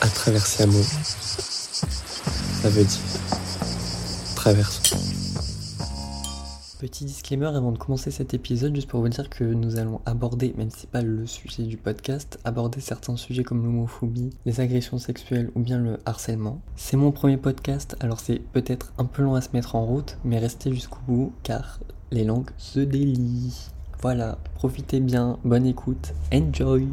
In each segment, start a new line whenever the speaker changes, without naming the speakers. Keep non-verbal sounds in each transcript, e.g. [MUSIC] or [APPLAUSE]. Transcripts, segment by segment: à traverser à mot, ça veut dire traverse.
Petit disclaimer avant de commencer cet épisode, juste pour vous dire que nous allons aborder, même si c'est pas le sujet du podcast, aborder certains sujets comme l'homophobie, les agressions sexuelles ou bien le harcèlement. C'est mon premier podcast, alors c'est peut-être un peu long à se mettre en route, mais restez jusqu'au bout car les langues se délient. Voilà, profitez bien, bonne écoute, enjoy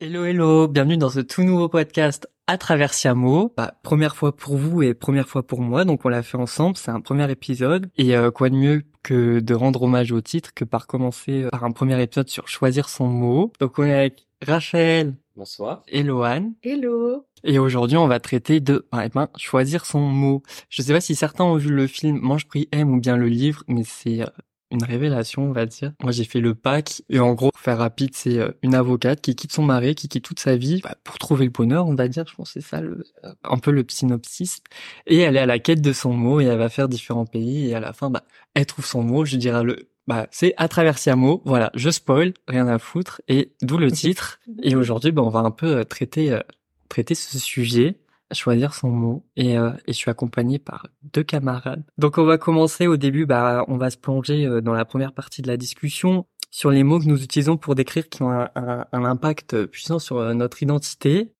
Hello hello, bienvenue dans ce tout nouveau podcast à travers Siamo. Bah, première fois pour vous et première fois pour moi, donc on l'a fait ensemble, c'est un premier épisode. Et euh, quoi de mieux que de rendre hommage au titre que par commencer euh, par un premier épisode sur choisir son mot. Donc on est avec Rachel
Bonsoir.
et Lohan.
Hello
Et aujourd'hui on va traiter de bah, eh ben, choisir son mot. Je sais pas si certains ont vu le film Mange Prix M ou bien le livre, mais c'est euh, une révélation, on va dire. Moi, j'ai fait le pack et en gros, pour faire rapide, c'est euh, une avocate qui quitte son mari, qui quitte toute sa vie bah, pour trouver le bonheur, on va dire. Je pense que c'est ça, le, euh, un peu le synopsis. Et elle est à la quête de son mot et elle va faire différents pays et à la fin, bah, elle trouve son mot. Je dirais le, bah, c'est à travers mot. Voilà, je spoil, rien à foutre et d'où le titre. Et aujourd'hui, bah, on va un peu euh, traiter euh, traiter ce sujet choisir son mot et, euh, et je suis accompagné par deux camarades. Donc on va commencer au début, bah on va se plonger euh, dans la première partie de la discussion sur les mots que nous utilisons pour décrire qui ont un, un- un impact puissant sur euh, notre identité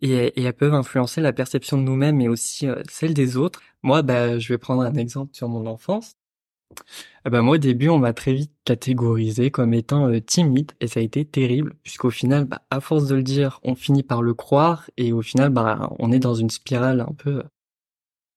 et, et elles peuvent influencer la perception de nous-mêmes et aussi euh, celle des autres. Moi, bah je vais prendre un exemple sur mon enfance. Eh ben moi au début on m'a très vite catégorisé comme étant euh, timide et ça a été terrible puisqu'au final bah, à force de le dire on finit par le croire et au final bah on est dans une spirale un peu euh,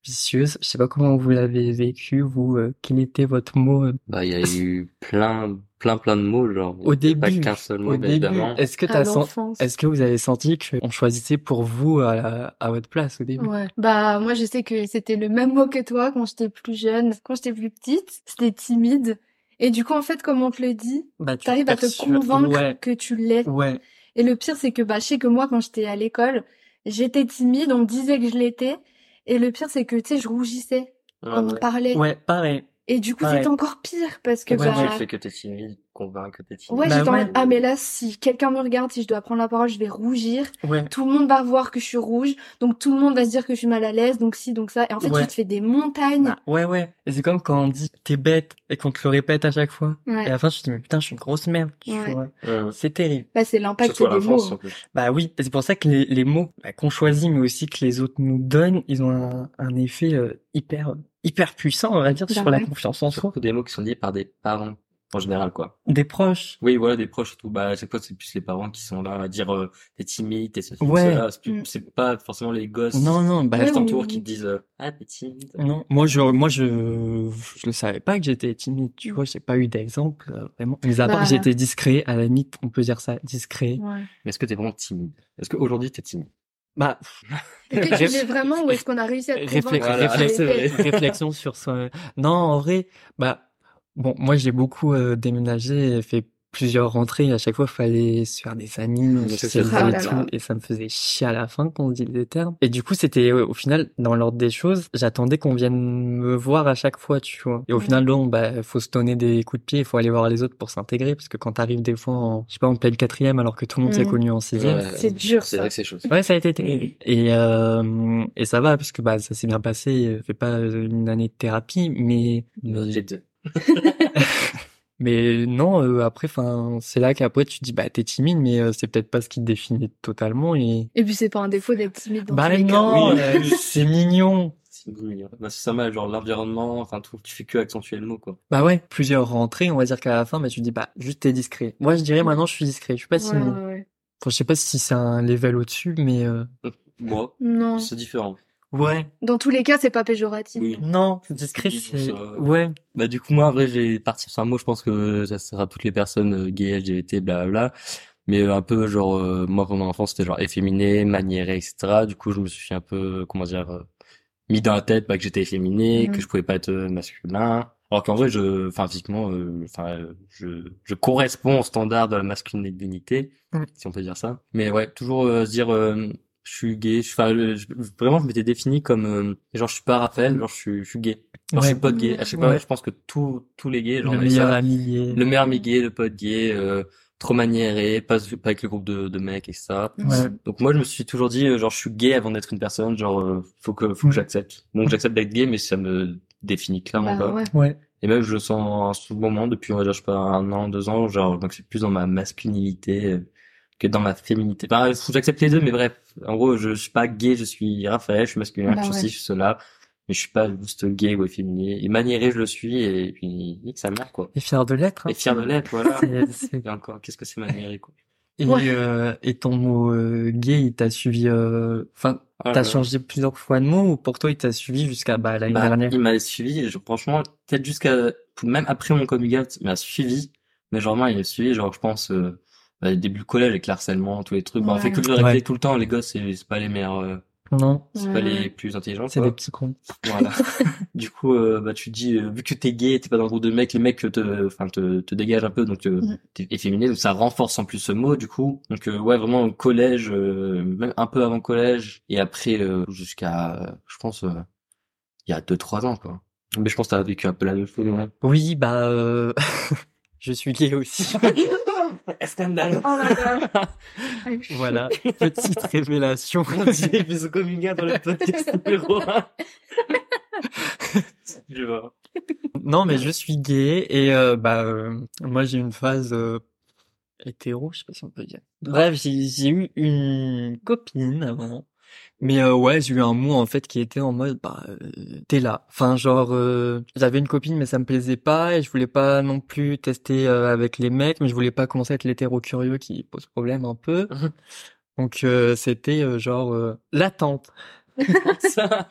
vicieuse. Je sais pas comment vous l'avez vécu vous euh, quel était votre mot euh,
Bah, il y a eu plein, plein, plein de mots, genre.
Au
il y a Pas
début,
qu'un seul mot,
au début.
évidemment.
Est-ce que
à
t'as senti
l'enfance.
est-ce que vous avez senti qu'on choisissait pour vous à, la- à votre place au début?
Ouais. Bah moi je sais que c'était le même mot que toi quand j'étais plus jeune, quand j'étais plus petite, c'était timide. Et du coup en fait comme on te le dit,
Bah, tu
t'arrives à te
perçois-
convaincre
Ouais,
que tu l'es.
ouais,
Et le pire c'est que bah je sais que moi quand j'étais à l'école, j'étais timide, on me disait que je l'étais. Et le pire c'est que tu sais je rougissais quand on me parlait.
ouais, pareil.
Et du coup
Ouais.
c'était encore pire parce que
Ouais,
Comment
bah
tu le fais que t'es timide, convainc que t'es timide?
ouais
Bah
j'étais en
ouais.
mode, ah mais là si quelqu'un me regarde, si je dois prendre la parole, je vais rougir.
Ouais.
tout le monde va voir que je suis rouge, donc tout le monde va se dire que je suis mal à l'aise, donc si, donc ça. Et en fait,
Ouais. Bah,
tu te fais des montagnes.
Ouais, ouais. Et c'est comme quand on dit t'es bête et qu'on te le répète à chaque fois. Et à
Ouais.
la fin, je te dis, mais putain, je suis une grosse merde. tu
Ouais.
vois.
Ouais.
C'est terrible.
Bah, c'est l'impact
Surtout à
des mots.
l'enfance, en plus.
Bah oui, et c'est pour ça que les, les mots bah, qu'on choisit, mais aussi que les autres nous donnent, ils ont un, un effet euh, hyper hyper puissant, on va dire, sur la
D'impact.
confiance en soi.
Surtout des mots qui sont dits par des parents, en général, quoi.
Des proches.
Oui, voilà, des proches et tout. Bah, à chaque fois, c'est plus les parents qui sont là à dire euh, t'es timide, t'es ceci, t'es
Ouais.
cela. C'est plus-
Mm.
C'est pas forcément les gosses
Non, non, bah
qui
Ouais, Mm. oui,
t'entourent
oui,
qui
oui.
te disent euh, ah t'es timide.
non. Moi, je moi je je le savais pas que j'étais timide. Tu vois, j'ai pas eu d'exemple euh, vraiment. Mais à part
Bah.
que j'étais discret, à la limite, on peut dire ça, discret.
Ouais.
Mais est-ce que t'es vraiment timide? Est-ce qu'aujourd'hui t'es timide?
Bah
Est-ce que tu
Réfl-
l'es vraiment ou est-ce qu'on a réussi à te
Réflex-
convaincre
Voilà,
que tu
réflexe-
[LAUGHS] l'es
c'est vrai.
réflexion sur soi. Non, en vrai, bah bon, moi j'ai beaucoup euh, déménagé, et fait plusieurs rentrées. À chaque fois, fallait se faire des amis,
Mm, C'est
etc.
ça.
Ah
et
là
tout,
là.
et ça me faisait chier à la fin quand on dit les termes. Et du coup, c'était euh, au final dans l'ordre des choses, j'attendais qu'on vienne me voir à chaque fois, tu vois. Et au
Ouais.
final, non, bah faut se donner des coups de pied, il faut aller voir les autres pour s'intégrer, parce que quand t'arrives des fois, en, je sais pas, en pleine quatrième, alors que tout le monde s'est
Mhm.
connu en sixième,
Ouais.
C'est dur,
Euh, C'est
ça.
vrai que c'est chaud.
Ouais, ça a été terrible. Et, euh, et ça va, parce que bah, ça s'est bien passé. Je fais pas euh, une année de thérapie, mais,
J'ai deux.
mais non, euh, après, enfin, c'est là qu'après tu te dis, bah, t'es timide, mais euh, c'est peut-être pas ce qui te définit totalement. Et,
Et puis, c'est pas un défaut d'être timide dans
bah,
tous les cas.
non,
Oui.
euh,
[LAUGHS]
c'est mignon.
C'est mignon. Bah, c'est ça mal, genre l'environnement, enfin tout, tu fais que accentuer le mot quoi.
Bah ouais, plusieurs rentrées, on va dire qu'à la fin, bah, tu te dis, bah, juste t'es discret. Moi, je dirais maintenant, je suis discret, je suis pas
Ouais,
timide.
ouais, ouais.
Enfin, je sais pas si c'est un level au-dessus, mais euh,
Moi,
Non.
c'est différent.
ouais,
Dans tous les cas, c'est pas péjoratif.
Oui.
non, discret,
Disons
c'est,
ça.
ouais,
Bah du coup moi en vrai j'ai parti sur un mot, je pense que ça sera toutes les personnes euh, gays, LGBT, blablabla. Mais euh, un peu genre euh, moi pendant l'enfance c'était genre efféminé, maniéré, etc. Du coup je me suis un peu euh, comment dire euh, mis dans la tête bah, que j'étais efféminé,
Mm-hmm.
que
Mhm.
je pouvais pas être euh, masculin. Alors qu'en vrai je, enfin physiquement, euh, enfin euh, je je corresponds au standard de la masculinité,
Mhm.
si on peut dire ça. Mais ouais toujours euh, se dire euh, je suis gay, je, enfin le- je- vraiment je m'étais défini comme euh, genre je suis pas Raphaël, genre je suis je suis gay. Genre,
ouais,
je suis pote gay. À chaque
Ouais.
fois, je pense que tous tous les gays, genre,
le
on avait
meilleur
ça.
ami. est-
Le meilleur ami gay, le pote gay, euh, trop maniéré, pas, pas avec le groupe de, de mecs et ça.
Mm.
Ouais.
Donc moi, je me suis toujours dit, euh, genre, je suis gay avant d'être une personne, genre, euh, faut que, faut que j'accepte. Donc j'accepte d'être gay, mais ça me définit clairement
Bah,
pas.
ouais.
Ouais.
Et même, je le sens en ce moment, depuis, on va dire, je sais pas, un an, deux ans, genre, donc c'est plus dans ma masculinité euh, que dans ma féminité. Bah, faut que j'accepte les deux, mais bref. En gros, je, suis pas gay, je suis Raphaël, je suis masculin,
Bah
je suis
ouais.
ci, je suis cela. Mais je suis pas juste gay ou efféminé. Et maniéré, je le suis, et puis, nique sa mère, quoi.
Et fier de l'être. hein.
Et fier de l'être,
[LAUGHS]
voilà.
C'est- c'est-
Et encore, qu'est-ce que c'est maniéré, quoi.
Et,
Ouais.
euh, et ton mot euh, gay, il t'a suivi. euh, Enfin,
Ah là
t'as
là.
changé plusieurs fois de mot ou pour toi, il t'a suivi jusqu'à bah, l'année
Bah,
dernière.
il m'a suivi, et je, franchement, peut-être jusqu'à, même après mon coming out, il m'a suivi, mais genre, moi, il m'a suivi, genre, je pense, euh, bah, début du collège avec le harcèlement, tous les trucs, bah, on fait
Ouais.
que le répéter
Ouais.
tout le temps, les gosses, c'est c'est pas les meilleurs, euh,
Non,
c'est pas
Ouais, ouais.
[LAUGHS] les plus intelligents,
c'est
quoi.
des petits cons. [LAUGHS]
Voilà. Du coup, euh, bah, tu te dis, euh, vu que t'es gay, t'es pas dans le groupe de mecs, les mecs te, enfin, te, te dégagent un peu, donc euh,
Mm.
t'es efféminé, donc ça renforce en plus ce mot, du coup. Donc, euh, ouais, vraiment au collège, euh, même un peu avant collège, et après, euh, jusqu'à, euh, je pense, euh, il y a deux, trois ans, quoi. Mais je pense que t'as vécu un peu la même chose, [LAUGHS] ouais.
Oui, bah, euh, [LAUGHS] je suis gay aussi. [LAUGHS]
Scandale.
Oh là là. Ah, je-
[LAUGHS]
voilà, petite [LAUGHS] révélation.
ce coming out dans le podcast numéro un. [LAUGHS] Je vois.
Non, mais je suis gay et euh, bah euh, moi j'ai une phase euh, hétéro, je sais pas si on peut dire. Bref, j'ai j'ai eu une copine avant. Mais euh, ouais, j'ai eu un mot en fait qui était en mode bah euh, t'es là. Enfin genre euh, j'avais une copine mais ça me plaisait pas et je voulais pas non plus tester euh, avec les mecs, mais je voulais pas commencer à être l'hétéro curieux qui pose problème un peu.
Mhm.
Donc euh, c'était euh, genre euh, l'attente
Ça,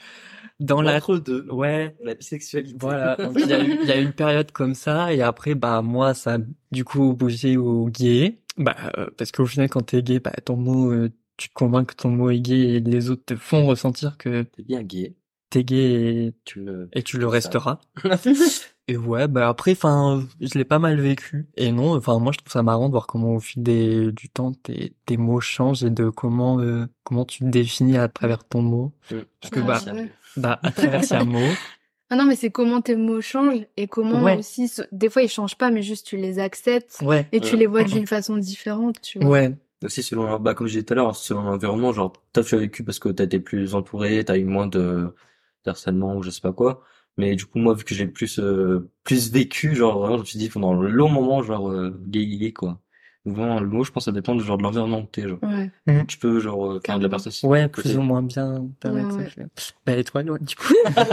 dans la
deux.
ouais.
La bisexualité.
[LAUGHS] Voilà, donc il y, a eu- il y a eu une période comme ça, et après, bah, moi, ça a du coup bougé au gay. Bah, euh, parce qu'au final, quand t'es gay, bah, ton mot, euh, tu te convaincs que ton mot est gay et les autres te font ressentir que
T'es bien gay.
t'es gay
Tu
[LAUGHS]
le...
et, et tu le
Ça.
resteras. Et ouais, bah après, enfin, je l'ai pas mal vécu. Et non, enfin, moi, je trouve ça marrant de voir comment au fil des, du temps, tes, tes mots changent et de comment, euh, comment tu te définis à travers ton mot. Parce que,
Ah,
bah,
ouais.
bah, [LAUGHS] à travers un mot.
Ah non, mais c'est comment tes mots changent et comment
Ouais.
aussi, ce- des fois ils changent pas, mais juste tu les acceptes
Ouais.
et tu
Ouais.
les vois d'une façon différente, tu vois.
Ouais.
Aussi, selon, bah, comme je disais tout à l'heure, selon l'environnement, genre, toi, tu as vécu parce que t'as été plus entouré, t'as eu moins de d'harcèlement ou je sais pas quoi. Mais du coup, moi, vu que j'ai plus, euh, plus vécu, genre, vraiment, je me suis dit, pendant le long moment, genre, euh, gay, gay, gay, quoi. Donc, vraiment, le mot, je pense, ça dépend du genre de l'environnement où t'es, genre.
Ouais.
Tu peux, genre, euh, faire de la personne.
Ouais,
côté.
plus ou moins bien. permettre
Ouais,
ça. Bah, et toi, Loan, du coup, [LAUGHS]
[LAUGHS]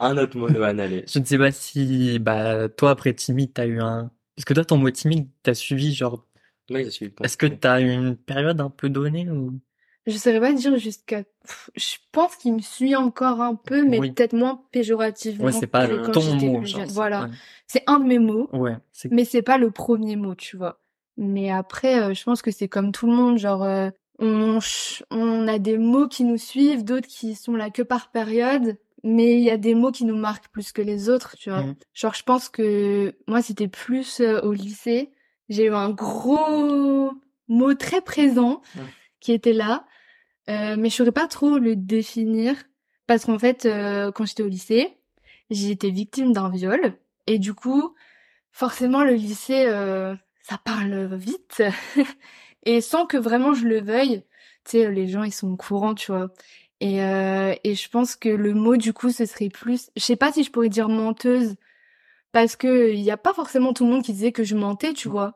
Un autre mot, Lohan,
[LAUGHS]
allez.
je ne sais pas si, bah, toi, après timide, t'as eu un, parce que toi, ton mot timide, t'as suivi, genre,
Ouais, je suis le point.
est-ce que t'as eu une période un peu donnée ou?
Je saurais pas dire jusqu'à. Pff, Je pense qu'il me suit encore un peu, mais
Oui.
peut-être moins péjorativement.
Ouais, c'est pas
que quand
ton
j'étais
mot,
plus
genre.
jeune.
c'est-
Voilà.
ouais.
C'est un de mes mots,
Ouais, c'est,
mais c'est pas le premier mot, tu vois. Mais après, euh, je pense que c'est comme tout le monde, genre, euh, on, ch- on a des mots qui nous suivent, d'autres qui sont là que par période, mais il y a des mots qui nous marquent plus que les autres, tu vois.
Mhm.
Genre, je pense que moi, c'était plus euh, au lycée, j'ai eu un gros mot très présent
Mhm.
qui était là, euh, mais je saurais pas trop le définir, parce qu'en fait, euh, quand j'étais au lycée, j'ai été victime d'un viol, et du coup, forcément le lycée euh, ça parle vite [LAUGHS] et sans que vraiment je le veuille tu sais les gens ils sont au courant tu vois et euh, et je pense que le mot du coup ce serait plus je sais pas si je pourrais dire menteuse parce que euh, il y a pas forcément tout le monde qui disait que je mentais tu vois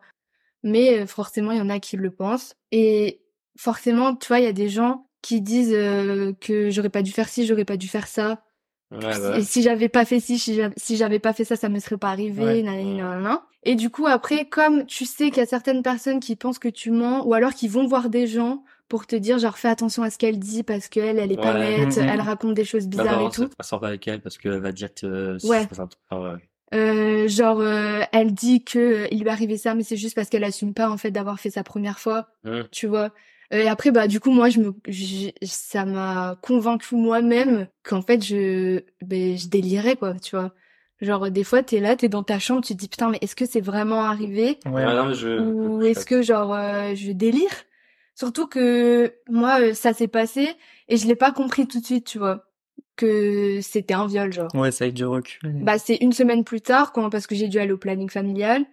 mais euh, forcément il y en a qui le pensent et forcément tu vois il y a des gens qui disent euh, que j'aurais pas dû faire ci j'aurais pas dû faire ça
Ouais, bah,
et si j'avais pas fait ci, si j'avais, si j'avais pas fait ça, ça me serait pas arrivé.
Ouais.
nanani, nanana. Et du coup, après, comme tu sais qu'il y a certaines personnes qui pensent que tu mens, ou alors qui vont voir des gens pour te dire, genre, fais attention à ce qu'elle dit parce qu'elle, elle est pas
Ouais.
nette,
Mhm.
elle raconte des choses
Bah,
bizarres
bah,
et tout.
sort- sort pas avec elle parce qu'elle va dire que euh,
Ouais.
c'est un truc- ah ouais.
Euh, genre, euh, elle dit que euh, il lui est arrivé ça, mais c'est juste parce qu'elle assume pas, en fait, d'avoir fait sa première fois,
Mhm.
tu vois. Euh, Et après, bah, du coup, moi, je me, j'ai- ça m'a convaincu moi-même qu'en fait, je, ben, je délirais, quoi, tu vois. Genre, des fois, t'es là, t'es dans ta chambre, tu te dis, putain, mais est-ce que c'est vraiment arrivé?
ouais.
Ouais, non, mais je-
Ou
Euh, je-
est-ce que, genre, euh, je délire? Surtout que, moi, euh, ça s'est passé et je l'ai pas compris tout de suite, tu vois. Que c'était un viol, genre.
Ouais, ça a eu du recul. Mm.
Bah, c'est une semaine plus tard, quand, parce que j'ai dû aller au planning familial.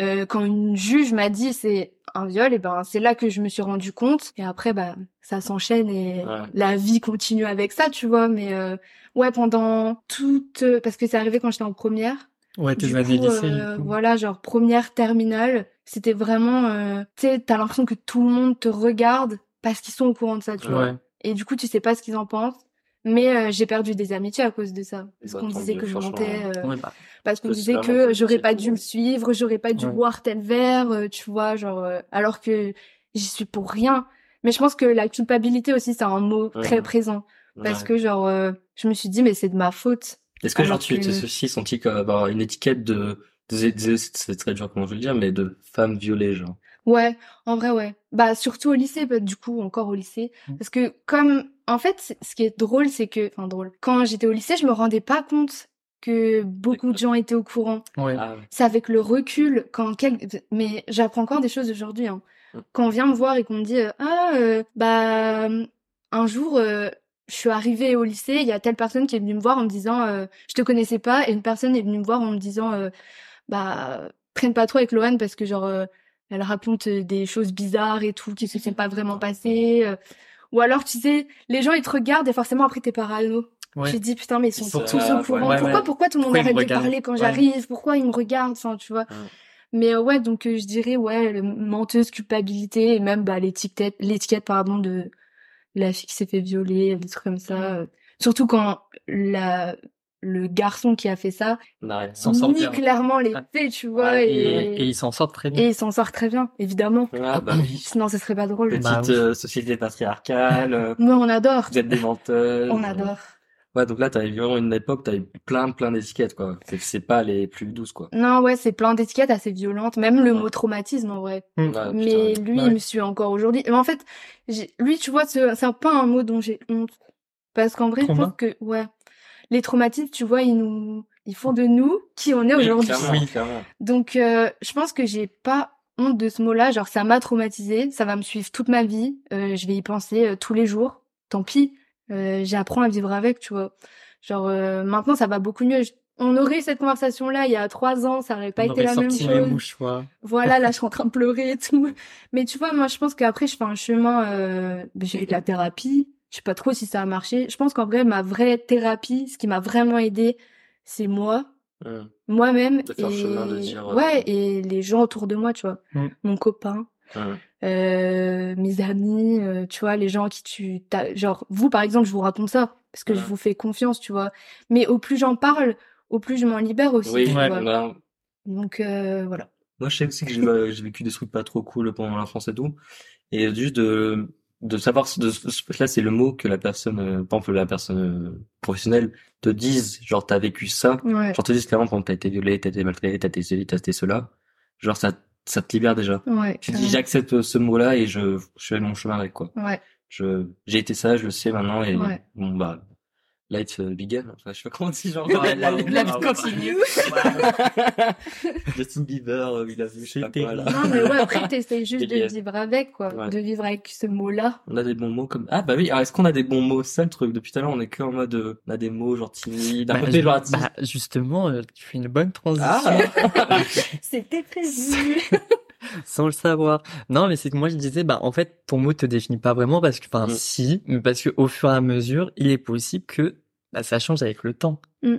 Euh, quand une juge m'a dit c'est un viol, et ben c'est là que je me suis rendu compte. Et après, bah ça s'enchaîne et
Ouais.
la vie continue avec ça, tu vois. Mais euh, ouais, pendant toute, parce que c'est arrivé quand j'étais en première.
Ouais, tes
Du
années
coup,
lycée.
euh,
du coup.
voilà, genre première terminale, c'était vraiment, euh, tu sais, t'as l'impression que tout le monde te regarde parce qu'ils sont au courant de ça, tu vois.
Ouais.
Et du coup, tu sais pas ce qu'ils en pensent. Mais euh, j'ai perdu des amitiés à cause de ça. Parce
Bah,
qu'on
tant
disait
mieux,
que je
franchement,
mentais. euh,
Ouais, bah,
Parce
parce qu'on
que
disait
c'est vraiment
que j'aurais pas
compliqué.
dû me suivre, j'aurais pas dû
Ouais.
boire tel verre, euh, tu vois, genre euh, alors que j'y suis pour rien. Mais je pense que la culpabilité aussi c'est un mot
Ouais.
très présent parce que genre euh, je me suis dit mais c'est de ma faute.
Est-ce que genre
alors
tu,
que-
ceux-ci sont-ils comme avoir une étiquette de, de, de- c'est très dur comment je veux le dire, mais de femme violée, genre.
Ouais, en vrai ouais. Bah surtout au lycée bah, du coup encore au lycée
Mm.
parce que comme en fait c- ce qui est drôle c'est que enfin drôle. Quand j'étais au lycée, je me rendais pas compte que beaucoup de gens étaient au courant.
ouais.
Ah ouais.
C'est avec le recul quand quel... mais j'apprends encore des choses aujourd'hui. Hein.
Mm.
Quand on vient me voir et qu'on me dit euh, ah euh, bah euh, un jour euh, je suis arrivée au lycée, il y a telle personne qui est venue me voir en me disant euh, je te connaissais pas et une personne est venue me voir en me disant euh, bah euh, traîne pas trop avec Loane parce que genre euh, elle raconte euh, des choses bizarres et tout qui se sont pas vraiment passées euh. ou alors tu sais les gens ils te regardent et forcément après t'es parano.
Ouais.
Tu te dis putain mais ils sont
Ils sont-
tous au
ouais,
courant.
ouais,
pourquoi
ouais.
pourquoi tout le monde
Pourquoi ils me
arrête de
regardent
parler quand
Ouais.
j'arrive Pourquoi ils me regardent Enfin tu vois.
Ouais.
Mais euh, ouais donc euh, je dirais ouais le- menteuse culpabilité et même bah l'étiquette l'étiquette pardon de la fille qui s'est fait violer des trucs comme ça. euh. Surtout quand la le garçon qui a fait ça
n'a rien.
S'en sort
nie
bien.
clairement les
Ah.
faits tu vois
Ouais,
Et, et
et,
ils s'en sortent très bien.
euh, et il s'en sort très bien évidemment.
Ah [LAUGHS] bah oui.
Sinon ce serait pas drôle.
Petite
Bah oui.
euh, société patriarcale, euh,
Moi on adore.
vous êtes euh, des menteuses.
On adore.
Ouais, donc là, t'avais vraiment une époque, t'avais plein, plein d'étiquettes, quoi. C'est- C'est pas les plus douces, quoi.
Non ouais c'est plein d'étiquettes assez violentes même le
Ouais.
mot traumatisme en vrai.
Mm.
Ouais, putain,
Mais
ouais.
lui,
Bah
il
ouais.
me suit encore aujourd'hui. Mais en fait, j'ai- lui, tu vois, c'est c'est pas un mot dont j'ai honte. Parce qu'en vrai, je
Trauma.
pense que, ouais, les traumatismes, tu vois, ils nous, ils font de nous qui on est
Oui,
aujourd'hui.
Clairement,
Oui.
clairement.
Donc, euh, je pense que j'ai pas honte de ce mot-là. Genre, ça m'a traumatisée. Ça va me suivre toute ma vie. Euh, je vais y penser euh, tous les jours. Tant pis. Euh, J'apprends à vivre avec, tu vois. Genre, euh, maintenant, ça va beaucoup mieux. Je- On aurait eu cette conversation-là il y a trois ans. Ça aurait pas
On
été
aurait
la même
sorti les
chose
mouchoirs.
voilà, là, je suis en train de pleurer et tout. Mais tu vois, moi, je pense qu'après, je fais un chemin, euh, ben, j'ai eu de la thérapie. Je sais pas trop si ça a marché. Je pense qu'en vrai, ma vraie thérapie, ce qui m'a vraiment aidé, c'est moi,
Hum.
moi-même
De faire le chemin de
et
dire, euh,
ouais, et les gens autour de moi, tu vois,
Mm.
mon copain,
Hum.
euh, mes amis, euh, tu vois, les gens à qui tu t'as- genre vous par exemple, je vous raconte ça parce que je
Ouais.
vous fais confiance, tu vois. Mais au plus j'en parle, au plus je m'en libère aussi,
Oui,
tu
Ouais.
vois.
bah,
Donc euh, voilà.
Moi, je sais aussi que j'ai euh, j'ai vécu des trucs pas trop cool pendant l'enfance et tout. Et juste de, de savoir, de, de- là, c'est le mot que la personne, euh, par exemple, la personne euh, professionnelle te dise, genre, t'as vécu ça.
Ouais.
Genre, te disent clairement, par exemple, t'as été violé, t'as été maltraité, t'as été ceci, t'as été cela. Genre, ça, ça te libère déjà.
Ouais.
Tu te dis,
carrément.
j'accepte ce mot-là et je, je fais mon chemin avec, quoi.
Ouais.
Je, j'ai été ça, je le sais maintenant et
Ouais.
bon, bah, life euh, began. Enfin, je sais pas comment on dit, genre.
Ouais, la-
la-
[LAUGHS] La
Ah
vie
ouais.
continue.
Justin Bieber, euh, il a vu, je sais pas
C'était-
quoi, là.
[LAUGHS] Non, mais ouais, après, t'essayes juste de
Délire.
vivre avec, quoi.
Ouais.
De vivre avec ce mot-là.
On a des bons mots comme ah bah oui alors est-ce qu'on a des bons mots c'est ça le truc depuis tout à l'heure on est que en mode euh, on a des mots genre timide un
Bah,
peu
je-
péjoratif
bah, justement, euh, tu fais une bonne transition.
ah
[LAUGHS]
[LAUGHS]
C'était [LAUGHS] prévu.
[LAUGHS] Sans le savoir. Non, mais c'est que moi je disais, bah en fait, ton mot te définit pas vraiment parce que, enfin,
Mm.
si, mais parce que au fur et à mesure, il est possible que bah, ça change avec le temps.
Hum,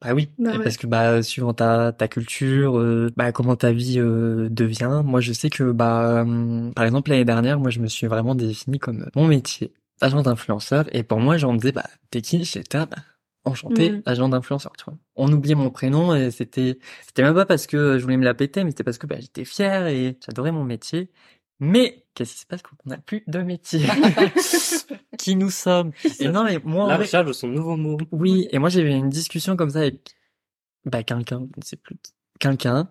Bah oui,
Bah
Et
ouais.
parce que bah suivant ta ta culture, euh, bah comment ta vie euh, devient. Moi, je sais que bah hum, par exemple l'année dernière, moi je me suis vraiment défini comme euh, mon métier, agent d'influenceur. Et pour moi, j'en disais bah t'es qui? J'étais ah, bah, enchanté,
Mhm.
agent d'influenceur. Tu vois, on oubliait mon prénom et c'était c'était même pas parce que je voulais me la péter, mais c'était parce que bah j'étais fier et j'adorais mon métier. Mais qu'est-ce qui se passe quand on n'a plus de
[LAUGHS]
métier? Qui nous sommes? Et non, mais moi en
la
vrai-
recherche de son nouveau mot
oui, et moi j'avais une discussion comme ça avec bah, quelqu'un, je ne sais plus, qui- quelqu'un,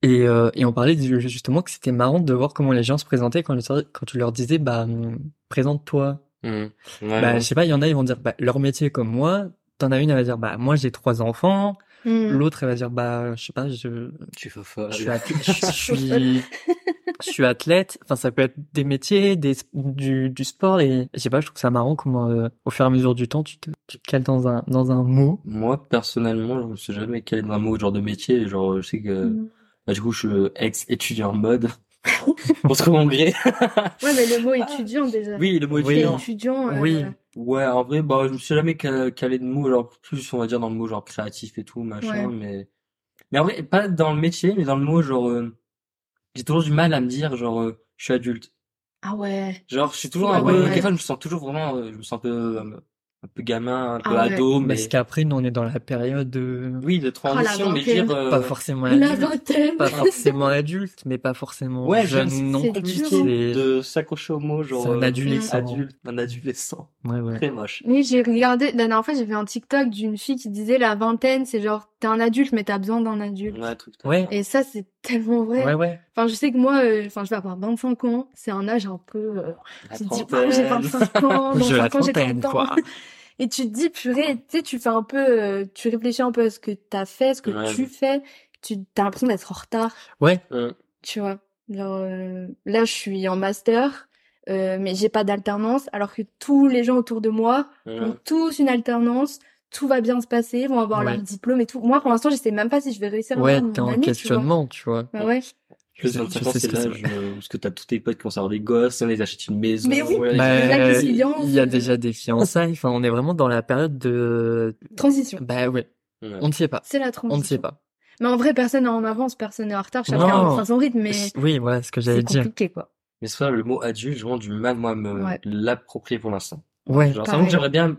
et, euh, et on parlait du- justement que c'était marrant de voir comment les gens se présentaient quand, le- quand tu leur disais bah hum, présente-toi.
Hum, ouais,
Bah
ouais.
je sais pas, il y en a ils vont dire bah leur métier comme moi. T'en as une elle va dire bah moi j'ai trois enfants.
Mm.
L'autre elle va dire bah je sais pas je
tu fais folle
je suis athlète, Bah, je suis je suis athlète. Enfin ça peut être des métiers, des du du sport et je sais pas je trouve ça marrant comment euh, au fur et à mesure du temps tu te tu te cales dans un dans un mot. euh,
moi personnellement je me suis jamais calé dans un mot genre de métier genre je sais que
Mm.
Bah, du coup, je suis ex-étudiant en mode. [LAUGHS] On se trouve en gré.
Ouais, mais le mot étudiant déjà.
Oui, le mot
Oui.
T'es
étudiant.
étudiant. euh,
Oui.
Ouais, en vrai, bah, je me suis jamais ca- calé de mots, genre, plus, on va dire, dans le mot, genre, créatif et tout, machin,
Ouais.
mais, mais en vrai, pas dans le métier, mais dans le mot, genre, euh, j'ai toujours du mal à me dire, genre, euh, je suis adulte.
Ah ouais.
Genre, je suis toujours
Ouais,
un peu,
ouais, ouais.
quelquefois, je me sens toujours vraiment, euh, je me sens un peu, euh, un peu gamin, un peu
Ah ouais.
ado, mais,
Parce qu'après, nous, on est dans la période de...
oui, de
Oh
transition, mais
vingtaine.
dire, euh,
Pas forcément
La
adulte,
vingtaine.
pas forcément adulte, mais pas forcément
Ouais,
jeune
c'est-
non
c'est
plus.
dur, hein.
C'est
de s'accrocher au mot, genre,
c'est un
euh,
adolescent.
adulte, un adolescent.
Ouais, ouais.
Très moche.
Mais j'ai regardé, la dernière fois, j'ai vu un TikTok d'une fille qui disait la vingtaine, c'est genre, t'es un adulte, mais t'as besoin d'un adulte.
Ouais, un truc.
Ouais.
Et ça, c'est tellement vrai.
Ouais, ouais.
Enfin, je sais que moi, euh, enfin, je vais avoir 25 ans. C'est un âge un peu. euh,
La
tu te dis,
trentaine.
Waouh, j'ai 25
[LAUGHS]
ans, dans
Je la
5 ans, j'ai
trentaine,
30 ans.
quoi.
Et tu te dis, purée, tu sais, tu fais un peu. euh, tu réfléchis un peu à ce que t'as fait, ce que
Ouais.
tu fais. Tu t'as l'impression d'être en retard,
Ouais.
Hum.
tu vois. Genre, euh, là, je suis en master, euh, mais j'ai pas d'alternance, alors que tous les gens autour de moi ont
Hum.
tous une alternance, tout va bien se passer, vont avoir
Ouais.
leur diplôme et tout. Moi, pour l'instant, je sais même pas si je vais réussir à
Ouais,
avoir mon
t'es en
année, tu vois.
questionnement, tu vois.
Bah ouais.
Plus
Je-
25
je
ans,
sais ce
c'est
que c'est.
l'âge euh, parce que t'as tous tes potes qui ont sorti des gosses, ils achètent une maison.
Mais oui.
ouais,
Bah,
Il y a des
il
fiances.
y a déjà des fiançailles. Enfin, on est vraiment dans la période de.
Transition.
Bah ouais.
Ouais.
On ne sait pas.
C'est la
On
transition.
ne sait pas.
Mais en vrai, personne n'est en avance, personne n'est en retard, chacun
Non.
prend son rythme, mais
Oui, voilà ce que j'allais
c'est
dire.
compliqué, quoi.
Mais c'est ça, le mot adulte, j'ai vraiment du mal, moi, à me
Ouais.
l'approprier pour l'instant.
Ouais.
Genre, c'est
Pareil.
vraiment que j'aimerais bien,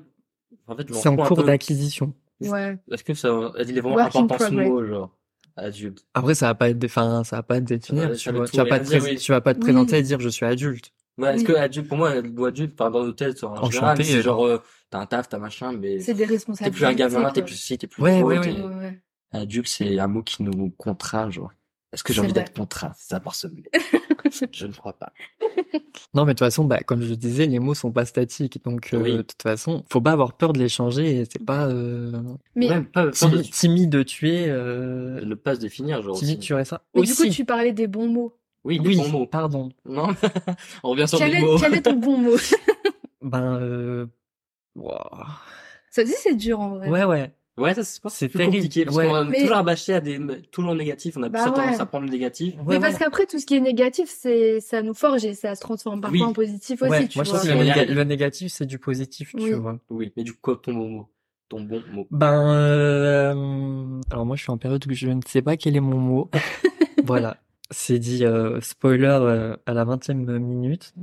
en fait, je m'en
C'est en
fous un
cours
peu.
d'acquisition.
Ouais.
Est-ce que ça, il est vraiment
Work in
important ce
progress.
mot, genre, adulte?
Après, ça va pas être, dé- enfin, ça va pas être définir.
Ouais,
tu,
ça va
vois.
tout
Tu vas pas
rien
te
dire,
pré-
oui.
tu vas pas te
Oui.
présenter et dire je suis adulte.
Ouais, est-ce
Oui.
que adulte, pour moi, le mot adulte, enfin, dans nos têtes, en général,
Enchanté,
c'est
euh.
genre, euh, t'as un taf, t'as machin, mais
C'est des
t'es
responsabilités.
plus un gamin, t'es
quoi.
plus ci, t'es plus
Ouais,
pro,
ouais,
t'es-
Ouais, ouais.
Adulte, c'est un mot qui nous contraint, genre. Est-ce que j'ai
C'est
envie
vrai.
d'être contraint? C'est ça, par ce
[LAUGHS]
mot. Je ne crois pas.
Non, mais de toute façon, bah, comme je disais, les mots sont pas statiques. Donc, euh,
Oui.
de toute façon, faut pas avoir peur de les changer. et C'est pas euh,
Mais,
Même pas peur de,
timi- timide de tuer. Euh,
ne pas se définir, genre.
timide,
aussi.
tu aurais ça.
mais du
Aussi.
coup, tu parlais des bons mots.
Oui, des
Oui,
bons mots.
pardon.
Non, [LAUGHS] on revient sur
Quel
les
est,
mots.
quel est ton
[LAUGHS]
bon mot
Ben, euh... ouah.
Ça dit, c'est dur en vrai.
Ouais, ouais.
Ouais, ça c'est pas
C'est
plus
terrible,
compliqué parce
ouais.
qu'on a
Mais-
toujours abaché à des toujours négatif, on a plus
Bah
tendance
ouais.
à prendre le négatif.
Ouais,
mais
ouais.
parce qu'après, tout ce qui est négatif, c'est ça nous forge et ça se transforme parfois
Oui.
en positif aussi,
Ouais,
tu
moi je
vois. euh,
pense que le,
On y
néga-
arrive.
le négatif c'est du positif, tu
Oui.
vois.
Oui, mais du coup, quoi ton bon mot? Ton bon mot.
Ben, euh, alors moi je suis en période où je ne sais pas quel est mon
[LAUGHS]
mot. Voilà, c'est dit euh, spoiler euh, à la 20e minute.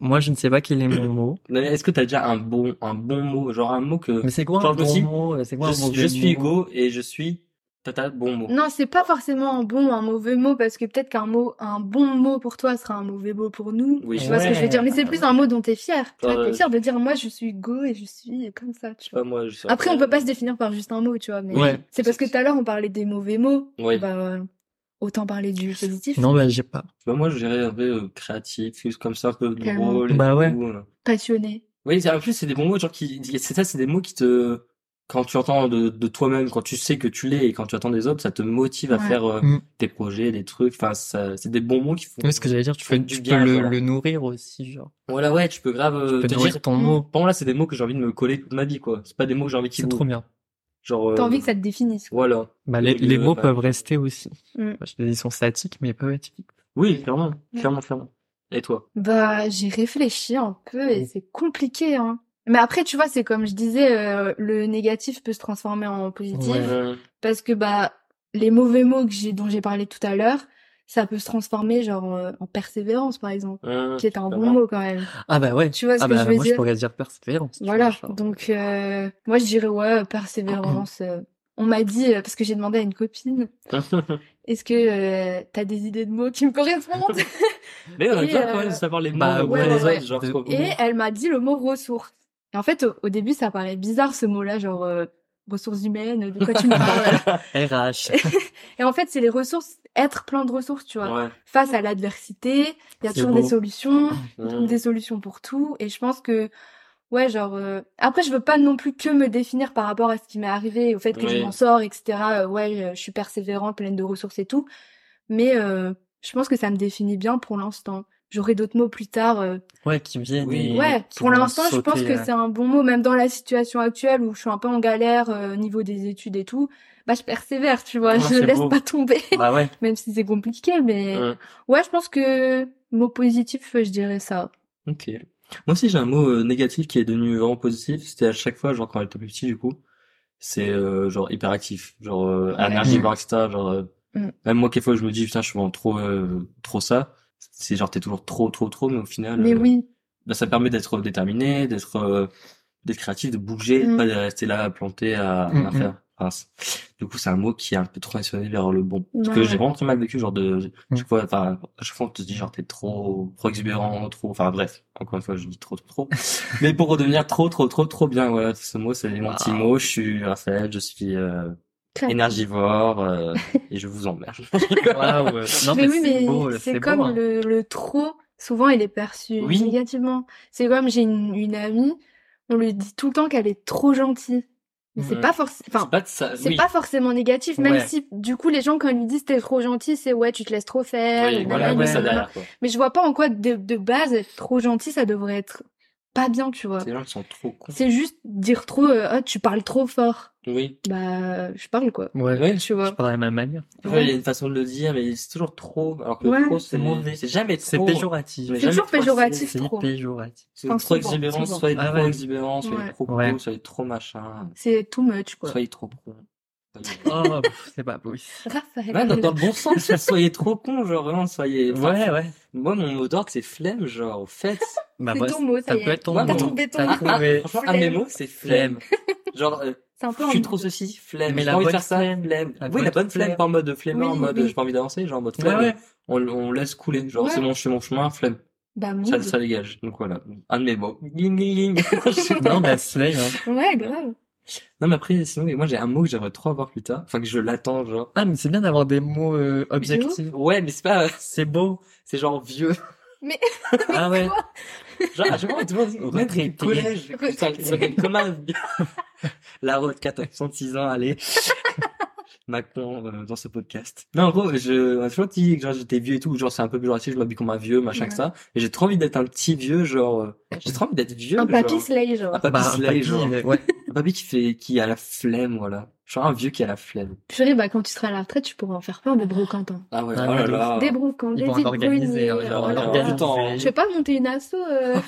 Moi je ne sais pas quel est mon mot.
Mais Est-ce que t'as déjà un bon un bon mot, genre un mot que
Mais c'est quoi un
Genre, je me
bon
suis-
mot? euh, C'est quoi un
je, suis-
mauvais
je suis
mot?
Hugo et je suis tata bon mot.
Non, c'est pas forcément un bon ou un mauvais mot, parce que peut-être qu'un mot, un bon mot pour toi sera un mauvais mot pour nous.
Oui,
Tu vois ce que je veux dire? Mais c'est plus un mot dont t'es fier. Tu vois,
Ouais.
t'es fier de dire, moi, je suis go et je suis comme ça, tu
Pas
vois.
Euh, moi, je sais
Après, on peut pas se définir par juste un mot, tu vois, mais
Ouais.
c'est parce que tout à l'heure, on parlait des mauvais mots.
Oui.
Bah, euh, autant parler du positif.
Non, bah j'ai pas.
Bah, moi, je dirais un peu euh, créatif, juste comme ça, un peu
Clairement.
drôle et
Bah ouais.
tout, euh.
Passionné.
Oui, c'est- en plus, c'est des bons mots, genre qui, c'est ça, c'est des mots qui te, quand tu entends de, de toi-même, quand tu sais que tu l'es et quand tu entends des autres, ça te motive à
Ouais.
faire euh,
Mm.
des projets, des trucs. Enfin, ça- c'est des bons mots qui font.
Mais ce que j'allais dire, tu peux,
Du
tu
bien,
peux le,
voilà.
le nourrir aussi, genre.
Voilà, ouais, tu peux grave euh,
Tu peux
te
nourrir
dire.
ton
Mm.
mot.
Pour moi, là, c'est des mots que j'ai envie de me coller toute ma vie, quoi. C'est pas des mots que j'ai envie qu'ils
C'est trop
bougent.
bien.
Genre. euh,
T'as envie que ça te définisse. quoi.
Voilà.
Bah, les,
Donc,
les
euh,
mots
bah,
peuvent rester aussi.
Mm.
Bah, je te dis, ils sont statiques, mais ils peuvent être
Oui, clairement,
Ouais.
clairement, clairement. Et toi?
Bah, j'ai réfléchi un peu et
Oui.
c'est compliqué, hein. Mais après, tu vois, c'est comme je disais, euh, le négatif peut se transformer en positif.
Ouais.
Euh,
parce que bah les mauvais mots que j'ai dont j'ai parlé tout à l'heure, ça peut se transformer genre euh, en persévérance par exemple,
euh,
qui est un bon
clairement.
mot quand même.
Ah bah ouais.
Tu vois ce
Ah
que
bah
je veux
moi je
dire
pourrais dire persévérance. tu
Voilà.
vois, genre.
Donc euh, moi je dirais ouais persévérance. euh, on m'a dit euh, parce que j'ai demandé à une [LAUGHS] copine, est-ce que euh, t'as des idées de mots qui me correspondent
Mais on a
Et,
besoin quand
euh,
même de savoir les mots
bah,
euh, pour
ouais,
les
ouais,
autres, genre,
ouais.
quoi, pour
Et
moi.
elle m'a dit le mot ressources. Et en fait au, au début ça paraît bizarre ce mot-là genre euh, ressources humaines, de quoi tu me
[LAUGHS]
parles
RH.
Et en fait c'est les ressources, être plein de ressources, tu vois.
Ouais.
face à l'adversité, il y a
C'est
toujours
beau.
des solutions, on
Euh,
trouve des solutions pour tout. Et je pense que, ouais, genre, euh, après, je veux pas non plus que me définir par rapport à ce qui m'est arrivé, au fait que je
Oui.
m'en sors, etc. Euh, ouais, euh, je suis persévérante, pleine de ressources et tout. Mais euh, je pense que ça me définit bien pour l'instant. j'aurai d'autres mots plus tard. euh.
Ouais, qui viennent.
Oui.
et
Ouais,
qui
pour
vont
l'instant, je
sauter,
pense que
euh,
c'est un bon mot, même dans la situation actuelle où je suis un peu en galère euh, au niveau des études et tout. Bah, je persévère, tu vois,
Ouais,
je
Ah, c'est
laisse
beau.
pas tomber, [LAUGHS]
Bah
[LAUGHS]
ouais.
même si c'est compliqué. Mais
Hum.
ouais, je pense que mot positif, euh, je dirais ça.
Ok. Moi aussi, j'ai un mot euh, négatif qui est devenu vraiment positif. C'était à chaque fois, genre quand elle était plus petite, du coup, c'est euh, genre hyperactif, genre euh,
Ouais.
énergivore, etc. Genre, euh,
Mm.
même moi, quelquefois, je me dis, putain, je suis vraiment trop, euh, trop ça. C'est genre, t'es toujours trop, trop, trop, mais au
Ah
final,
Mais
euh,
oui,
bah, ça permet d'être déterminé, d'être euh, d'être créatif, de bouger,
Mm.
pas de rester là planté à
Mm,
rien
mm.
faire. Enfin, c'est- du coup, c'est un mot qui est un peu transitionné vers le bon. Parce que
Ouais,
j'ai
ouais.
vraiment très mal vécu, genre de,
Mm.
chaque fois, enfin, à chaque fois, on te dit, genre, t'es trop, trop exubérant, trop, enfin, bref. Encore une fois, je dis
[LAUGHS]
trop, trop, trop. Mais pour redevenir trop, trop, trop, trop bien, voilà, ce mot, c'est mon petit
Waouh.
mot. Je suis Raphaël, je suis euh,
Très-
énergivore, euh, et je vous
[LAUGHS]
emmerde. Ah,
Waouh. Non,
mais
mais,
oui,
c'est
mais
beau, là,
c'est
c'est
comme
beau. hein.
le, le trop, souvent il est perçu
Oui.
négativement. C'est comme j'ai une, une amie, on lui dit tout le temps qu'elle est trop gentille. Mais c'est
Mm.
pas forcément. Enfin,
C'est pas de ça.
c'est
oui.
pas forcément négatif, même
Ouais.
si du coup les gens quand ils lui disent t'es trop gentil, c'est ouais tu te laisses trop faire.
Oui,
nanana,
voilà, on met ça
nanana.
derrière, quoi.
Mais je vois pas en quoi de, de base être trop gentil ça devrait être pas bien, tu vois.
Ces gens qui sont trop cons.
C'est juste dire trop, euh, Ah, tu parles trop fort.
Oui.
Bah je parle quoi,
Ouais.
Oui,
tu
Je
vois.
parle de la même manière.
Ouais, il y a une façon de le dire, mais c'est toujours trop. Alors que
Ouais.
trop, c'est mauvais. C'est jamais
C'est
trop.
péjoratif.
Mais
C'est
jamais
toujours
trop,
péjoratif
C'est
trop.
péjoratif.
C'est
Enfin,
trop
souvent,
exubérant,
souvent.
soyez
Ah
trop
ouais.
exubérant, soyez
Ouais.
trop
Ouais.
cool, soyez trop machin,
C'est too much quoi.
soyez trop con. Soyez-
Oh, pff, c'est pas beau.
Raphaël.
Ouais, dans, dans le bon sens, [LAUGHS] soyez trop con, genre vraiment, soyez. enfin,
Ouais, ouais.
Moi, mon mot d'ordre, c'est flemme,
[LAUGHS]
genre, faites.
Bah,
C'est
bah,
ton mot, ça
ça
y
peut
est.
être ton
T'as
mot.
trouvé ton
T'as
mot.
trouvé.
Franchement, un de mes
Flemme.
mots, c'est
[LAUGHS]
flemme. Genre, euh,
C'est un peu
je
en
suis trop ceci, flemme.
Mais
J'ai
la
pas envie de
bonne
faire ça,
flemme.
flemme.
La
oui, la
bonne
bonne flemme,
flemme.
pas en mode flemmeur, en
Oui,
mode
oui.
j'ai pas envie d'avancer, genre en mode
Ouais,
flemme.
ouais.
On, on laisse couler, genre
Ouais.
c'est bon, je fais mon chemin, flemme.
Bah
Ça,
mood.
ça dégage. Donc voilà, un de mes mots. Ging, [LAUGHS] ging, ging.
Non, bah, slay, hein.
Ouais, grave.
Non, mais après, sinon, moi, j'ai un mot que j'aimerais trop avoir plus tard. Enfin, que je l'attends, genre.
Ah, mais c'est bien d'avoir des mots euh, objectifs.
Ouais, mais c'est pas, euh,
C'est
[LAUGHS]
beau.
c'est genre vieux.
Ah ouais.
[LAUGHS] Genre, à chaque fois, tout le monde dit, même
Retraité.
au collège, putain, ils s'appellent comme un vieux. [LAUGHS] La route, 466 ans, allez. [LAUGHS] Macron, euh, dans ce podcast. Non, en gros, je, on m'a toujours dit que genre, j'étais vieux et tout, genre, c'est un peu péjoratif, je m'habille comme un vieux, machin
Ouais.
que ça. Et j'ai trop envie d'être un petit vieux, genre, euh, j'ai trop envie d'être vieux.
Un papy
genre.
slay,
Un
genre.
papy
Bah, un
slay,
papy,
genre.
mais ouais.
Un papy qui fait, qui a la flemme, voilà. Genre, un vieux qui a la flemme.
Purée, bah quand tu seras à la retraite, tu pourras en faire plein de brocantins.
Ah ouais,
Ah
oh là
ouais,
là.
Des brocantins,
Ils
des
vont en organiser.
débrouillés,
hein, genre,
Oh
oh
là
là là.
organiser.
organiser.
Je vais pas monter une asso. [LAUGHS] euh.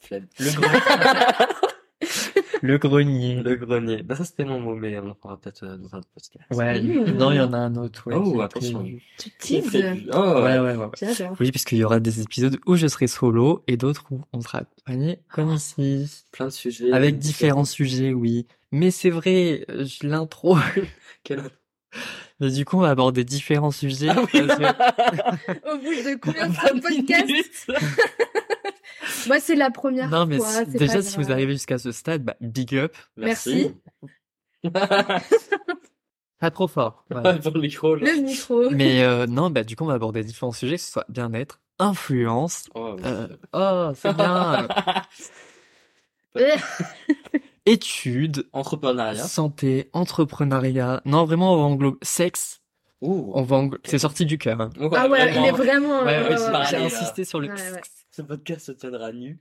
Flemme.
Le grenier. [LAUGHS] Le grenier.
Le grenier. Bah ça c'était mon mot, mais on en parlera peut-être euh, dans un autre podcast.
Ouais.
Mmh.
Non, il y en a un autre. Ouais,
Oh,
qui est
attention.
prévu.
Tu
C'est
teases.
prévu. Oh,
Ouais,
ouais.
ouais, ouais. ouais.
J'adore.
Oui, parce qu'il y aura des épisodes où je serai solo et d'autres où on sera accompagné
Ah.
comme ici.
plein de sujets.
Avec différents sujets, oui. Mais c'est vrai, euh, je- l'intro. [LAUGHS]
Quel-
Mais Du coup, on va aborder différents sujets.
Ah oui.
parce
[LAUGHS]
que-
[LAUGHS] Au bout de combien de podcasts Moi, c'est la première
Non, mais
fois.
si-
c'est pas
déjà, si
grave.
vous arrivez jusqu'à ce stade, bah, big up.
Merci. [LAUGHS]
Pas trop fort. voilà.
Pour le micro, là.
Le micro.
Mais euh, non, bah, du coup, on va aborder différents sujets, que ce soit bien-être, influence.
Oh, ouais.
euh, oh, c'est bien.
[LAUGHS]
euh, études,
Entrepreneuriat.
santé, entrepreneuriat. Non, vraiment, on va englober sexe.
Ouh.
On va englo- C'est sorti du cœur. hein.
Donc,
Ah ouais,
vraiment,
il est vraiment. euh,
Ouais,
ouais,
ouais,
c'est
j'ai-
pareil,
j'ai
là.
insisté sur le.
Ouais, ouais.
Ce podcast se tiendra
[LAUGHS]
nu.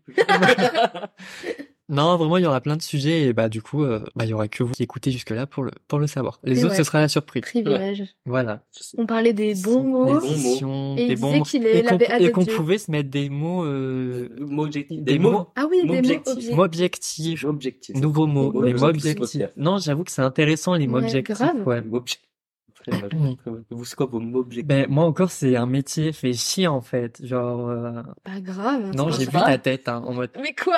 Non, vraiment, il y aura plein de sujets et bah du coup, euh, bah il y aura que vous qui écoutez jusque-là pour le pour le savoir. Les
Et
autres,
ouais.
ce sera la surprise.
Privilège.
Voilà.
On parlait des bons mots.
bons mots.
Positions,
Et
des
il
bons
disait
mots.
qu'il
Et
est la
qu'on et qu'on
BA de Dieu.
pouvait se mettre des mots, euh,
Mots objectifs.
des mots,
Ah oui,
mots
des mots
objectifs.
objectifs.
mots objectifs,
Objectifs.
nouveaux mots,
Mots
les mots
objectifs.
objectifs. Non, j'avoue que c'est intéressant les mots
Ouais,
objectifs.
grave.
ouais.
Mots objectifs. Très
[LAUGHS]
mal, très mal. Vous, c'est quoi vos mots objectifs?
Ben moi encore, c'est un métier fait chier en fait. Genre, euh,
Ah, Pas grave.
non,
c'est
j'ai
pas
vu
grave.
ta tête hein, en mode
Mais quoi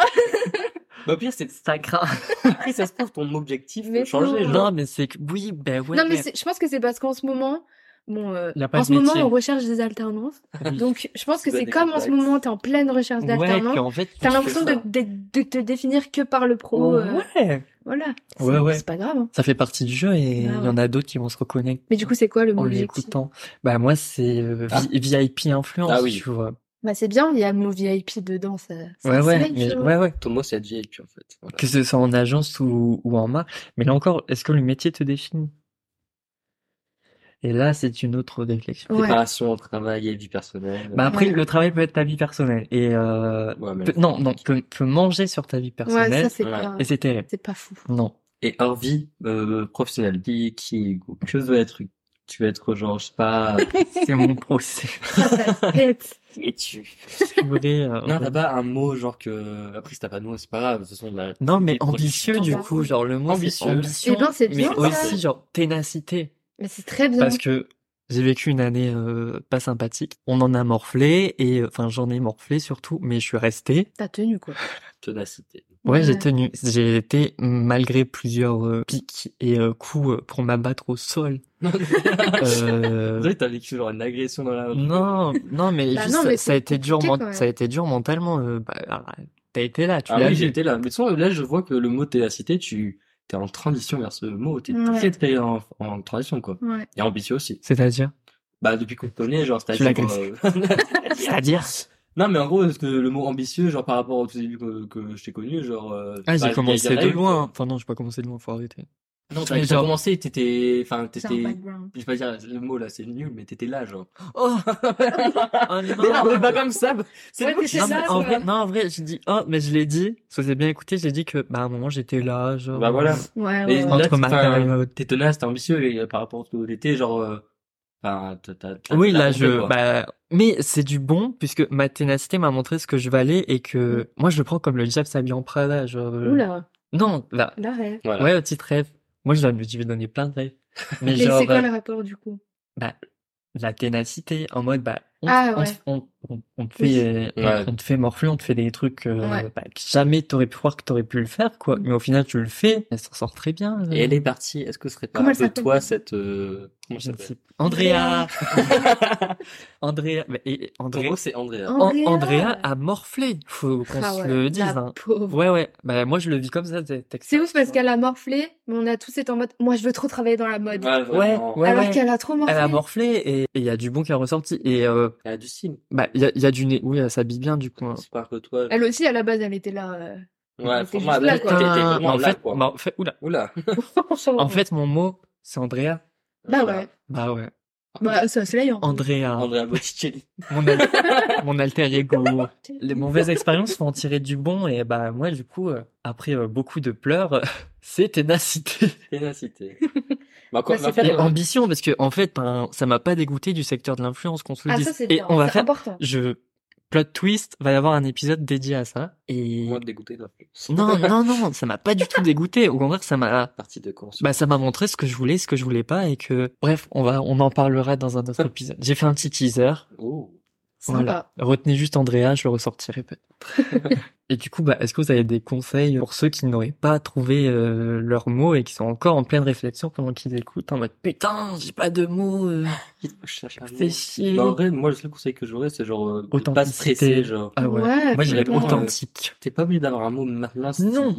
Bah, au pire, c'est,
ça craint.
après, ça se trouve, ton objectif peut
Mais
Ah,
changer,
non.
genre.
Non, mais c'est que oui, ben ouais.
Non, mais c'est- je pense que c'est parce qu'en ce moment, bon, euh,
Il y a pas
en
de
ce moment,
métier.
on recherche des alternances.
Oui.
Donc, je pense que
Vous avez
c'est
des
comme en ce
contacts.
moment, t'es en pleine recherche
ouais,
d'alternance.
qu'en fait,
T'as
tu
l'impression
fais
de,
ça.
de- de te définir que par le pro. euh,
Ouais.
voilà. C'est
Ouais, ouais.
c'est pas grave. hein.
Ça fait partie du jeu et il
Ah
y en a d'autres qui vont se reconnecter
Mais du coup, c'est quoi le mot
en
objectif
l'écoutant. Bah moi c'est euh,
Ah.
vi- VIP influence,
Ah oui.
tu vois.
Bah, c'est bien, il y a mot VIP dedans. Ça, ça
ouais ouais,
s'éveille,
mais-
tu vois.
ouais ouais.
Ton mot, c'est être VIP, en fait. Voilà.
Que ce soit en agence ou, ou en marque. Mais là encore, est-ce que le métier te définit Et là, c'est une autre réflexion.
Ouais.
Séparation entre travail et vie personnelle.
Bah après,
Ouais.
le travail peut être ta vie personnelle et euh,
Ouais, mais-
peut- non, non, peut, peut manger sur ta vie
Ouais,
personnelle
ça c'est
ouais.
pas,
et c'est terrible.
[LAUGHS] c'est pas fou.
Non.
Et hors vie euh, professionnelle, qui, qui, que veux être, tu veux être genre, je sais
[LAUGHS]
pas,
[LAUGHS] C'est mon procès.
Ça, ça pète.
qui es-tu?
Je voulais, euh,
Non, t'as pas un mot genre que, après si t'as pas de mot, c'est pas grave, de toute façon, là,
Non, mais
Et
ambitieux, du coup, genre le mot c'est
Ambitieux.
ambition,
Eh ben, c'est bien,
mais
ça.
aussi genre ténacité,
Mais c'est très bien.
parce que j'ai vécu une année euh, pas sympathique. On en a morflé et euh, enfin j'en ai morflé surtout, mais je suis resté.
T'as tenu quoi.
[LAUGHS] tenacité.
Ouais, j'ai
Ouais.
tenu. J'ai été malgré plusieurs euh, pics et euh, coups euh, pour m'abattre au
[LAUGHS]
sol.
Ah,
C'est
euh,
vrai que Ah t'as vécu genre une agression dans la
[LAUGHS]
rue.
Non, non, mais,
Bah
juste,
non, mais
ça, ça a
c'est
été dur,
compliqué,
men-
quand
ça a été dur mentalement. euh, bah, alors, t'as été là, tu
Ah
l'as
oui,
vu.
j'étais là. Mais souvent, là, je vois que le mot ténacité, tu, t'es en transition vers ce mot, t'es
Ouais.
très, très en, en transition, quoi.
Ouais.
Et ambitieux aussi.
C'est-à-dire?
Bah, depuis qu'on te connaît, genre,
Tu
c'est-à-dire, euh, [LAUGHS]
C'est-à-dire?
Non, mais en gros, parce que le mot ambitieux, genre par rapport au tout début que, que je t'ai connu, genre. euh,
Ah, j'ai
bah, il
commencé
y en a
de
eu, quoi.
loin. Enfin, non, j'ai pas commencé de loin, faut arrêter.
Non,
Mais
t'as t'as
genre-
commencé, t'étais. Enfin,
C'est un
t'étais.
background.
Je vais pas dire le mot là, c'est nul, mais t'étais là, genre.
[LAUGHS] Oh!
[LAUGHS]
Mais non, mais pas comme ça. bah, C'est vrai que
c'est
c'est
Non,
ça.
mais en vrai, non, en vrai, j'ai dit, oh, mais je l'ai dit, ça s'est bien écouté, j'ai dit que, bah, à un moment, j'étais là, genre. euh,
Bah voilà.
Ouais,
Mais
ouais.
là,
Entre
tu-
ma
enfin,
taille et l'autre.
T'es tenace, t'es ambitieux, et euh, par rapport à ce que t'étais, genre. euh, Enfin, t'as- t'as. t'as-
Oui,
t'as
là,
compris,
je,
quoi.
bah, mais c'est du bon, puisque ma ténacité m'a montré ce que je valais et que, moi, je le prends comme le diable s'habille en Prada, genre. euh,
Mm. Oula,
Non, bah,
l'arrêt.
Voilà.
ouais, au petit rêve. Moi, je donne- je vais donner plein de rêves. Mais
Et
genre,
c'est quoi
euh,
le rapport du coup
bah, la ténacité, en mode, bah, on,
Ah,
on,
ouais.
on, on, on te
Oui.
fait, euh,
Ouais.
on, on te fait morfler, on te fait des trucs, euh,
Ouais.
bah, que jamais t'aurais pu croire que t'aurais pu le faire, quoi. Mais au final, tu le fais, et ça sort très bien. euh.
Et elle est partie. Est-ce que ce serait pas
Comment
un
elle
peu
s'appelle
toi, cette. euh, Comment
Je
ça
ne
s'appelle
sais pas. Andrea [LAUGHS] Andrea mais- et
En
Andrea
gros, c'est Andrea.
An- Andrea a morflé, faut qu'on
Ah
se
ouais,
le dise.
la
hein.
pauvre.
Ouais ouais, bah moi je le vis comme ça. t'es- t'es-
C'est ouf parce qu'elle a morflé, mais on a tous été en mode moi je veux trop travailler dans la mode.
Ouais,
Ouais,
vraiment.
ouais,
Alors
ouais.
qu'elle a trop morflé.
Elle a morflé et et il y a du bon qui est ressorti et euh,
Elle a du signe.
bah il y a, il y a du nez. Oui, elle s'habille bien du coup. hein.
C'est pas que toi.
Elle aussi à la base elle était là. euh. [LAUGHS]
Ouais,
Elle était
franchement,
juste là,
là,
quoi.
t'étais
Putain,
vraiment
en
là,
fait,
quoi.
bah, en fait, oula.
Oula.
En fait mon mot c'est Andrea.
bah
Voilà.
ouais.
Bah ouais.
Bah ça c'est là.
Andrea,
Andrea [LAUGHS] Botticelli.
mon, al- [LAUGHS] mon alter ego. Les mauvaises expériences faut en tirer du bon et bah moi du coup euh, après euh, beaucoup de pleurs, [LAUGHS] c'est ténacité.
Ténacité. Eh [LAUGHS] Bah, quoi,
Bah,
on va
c'est
Et
faire, euh,
ambition, parce que en fait, ben, ça m'a pas dégoûté du secteur de l'influence qu'on se le
Ah
dise.
ça c'est
et
bien,
on va
c'est
faire,
important.
je plot twist, va y avoir un épisode dédié à ça. Et
moins de dégoûté, toi.
non, non, non, ça m'a pas du tout dégoûté. Au contraire, ça m'a,
Partie de course.
bah, ça m'a montré ce que je voulais, ce que je voulais pas, et que bref, on va, on en parlera dans un [LAUGHS] autre épisode. J'ai fait un petit teaser.
Oh.
Voilà. Retenez juste Andrea, je le ressortirai peut-être. [LAUGHS] et du coup, bah, est-ce que vous avez des conseils pour ceux qui n'auraient pas trouvé euh, leurs mots et qui sont encore en pleine réflexion pendant qu'ils écoutent en mode putain, j'ai pas de mots. euh.
Vite, je cherche un mot.
Fais chier.
Bah, en vrai, moi, le seul conseil que j'aurais, c'est genre, euh, de
Authenticité.
pas stresser, genre.
Ah ouais. Moi, je dirais
vraiment,
autant.
euh,
authentique.
T'es pas obligé d'avoir un mot maintenant. si-
Non.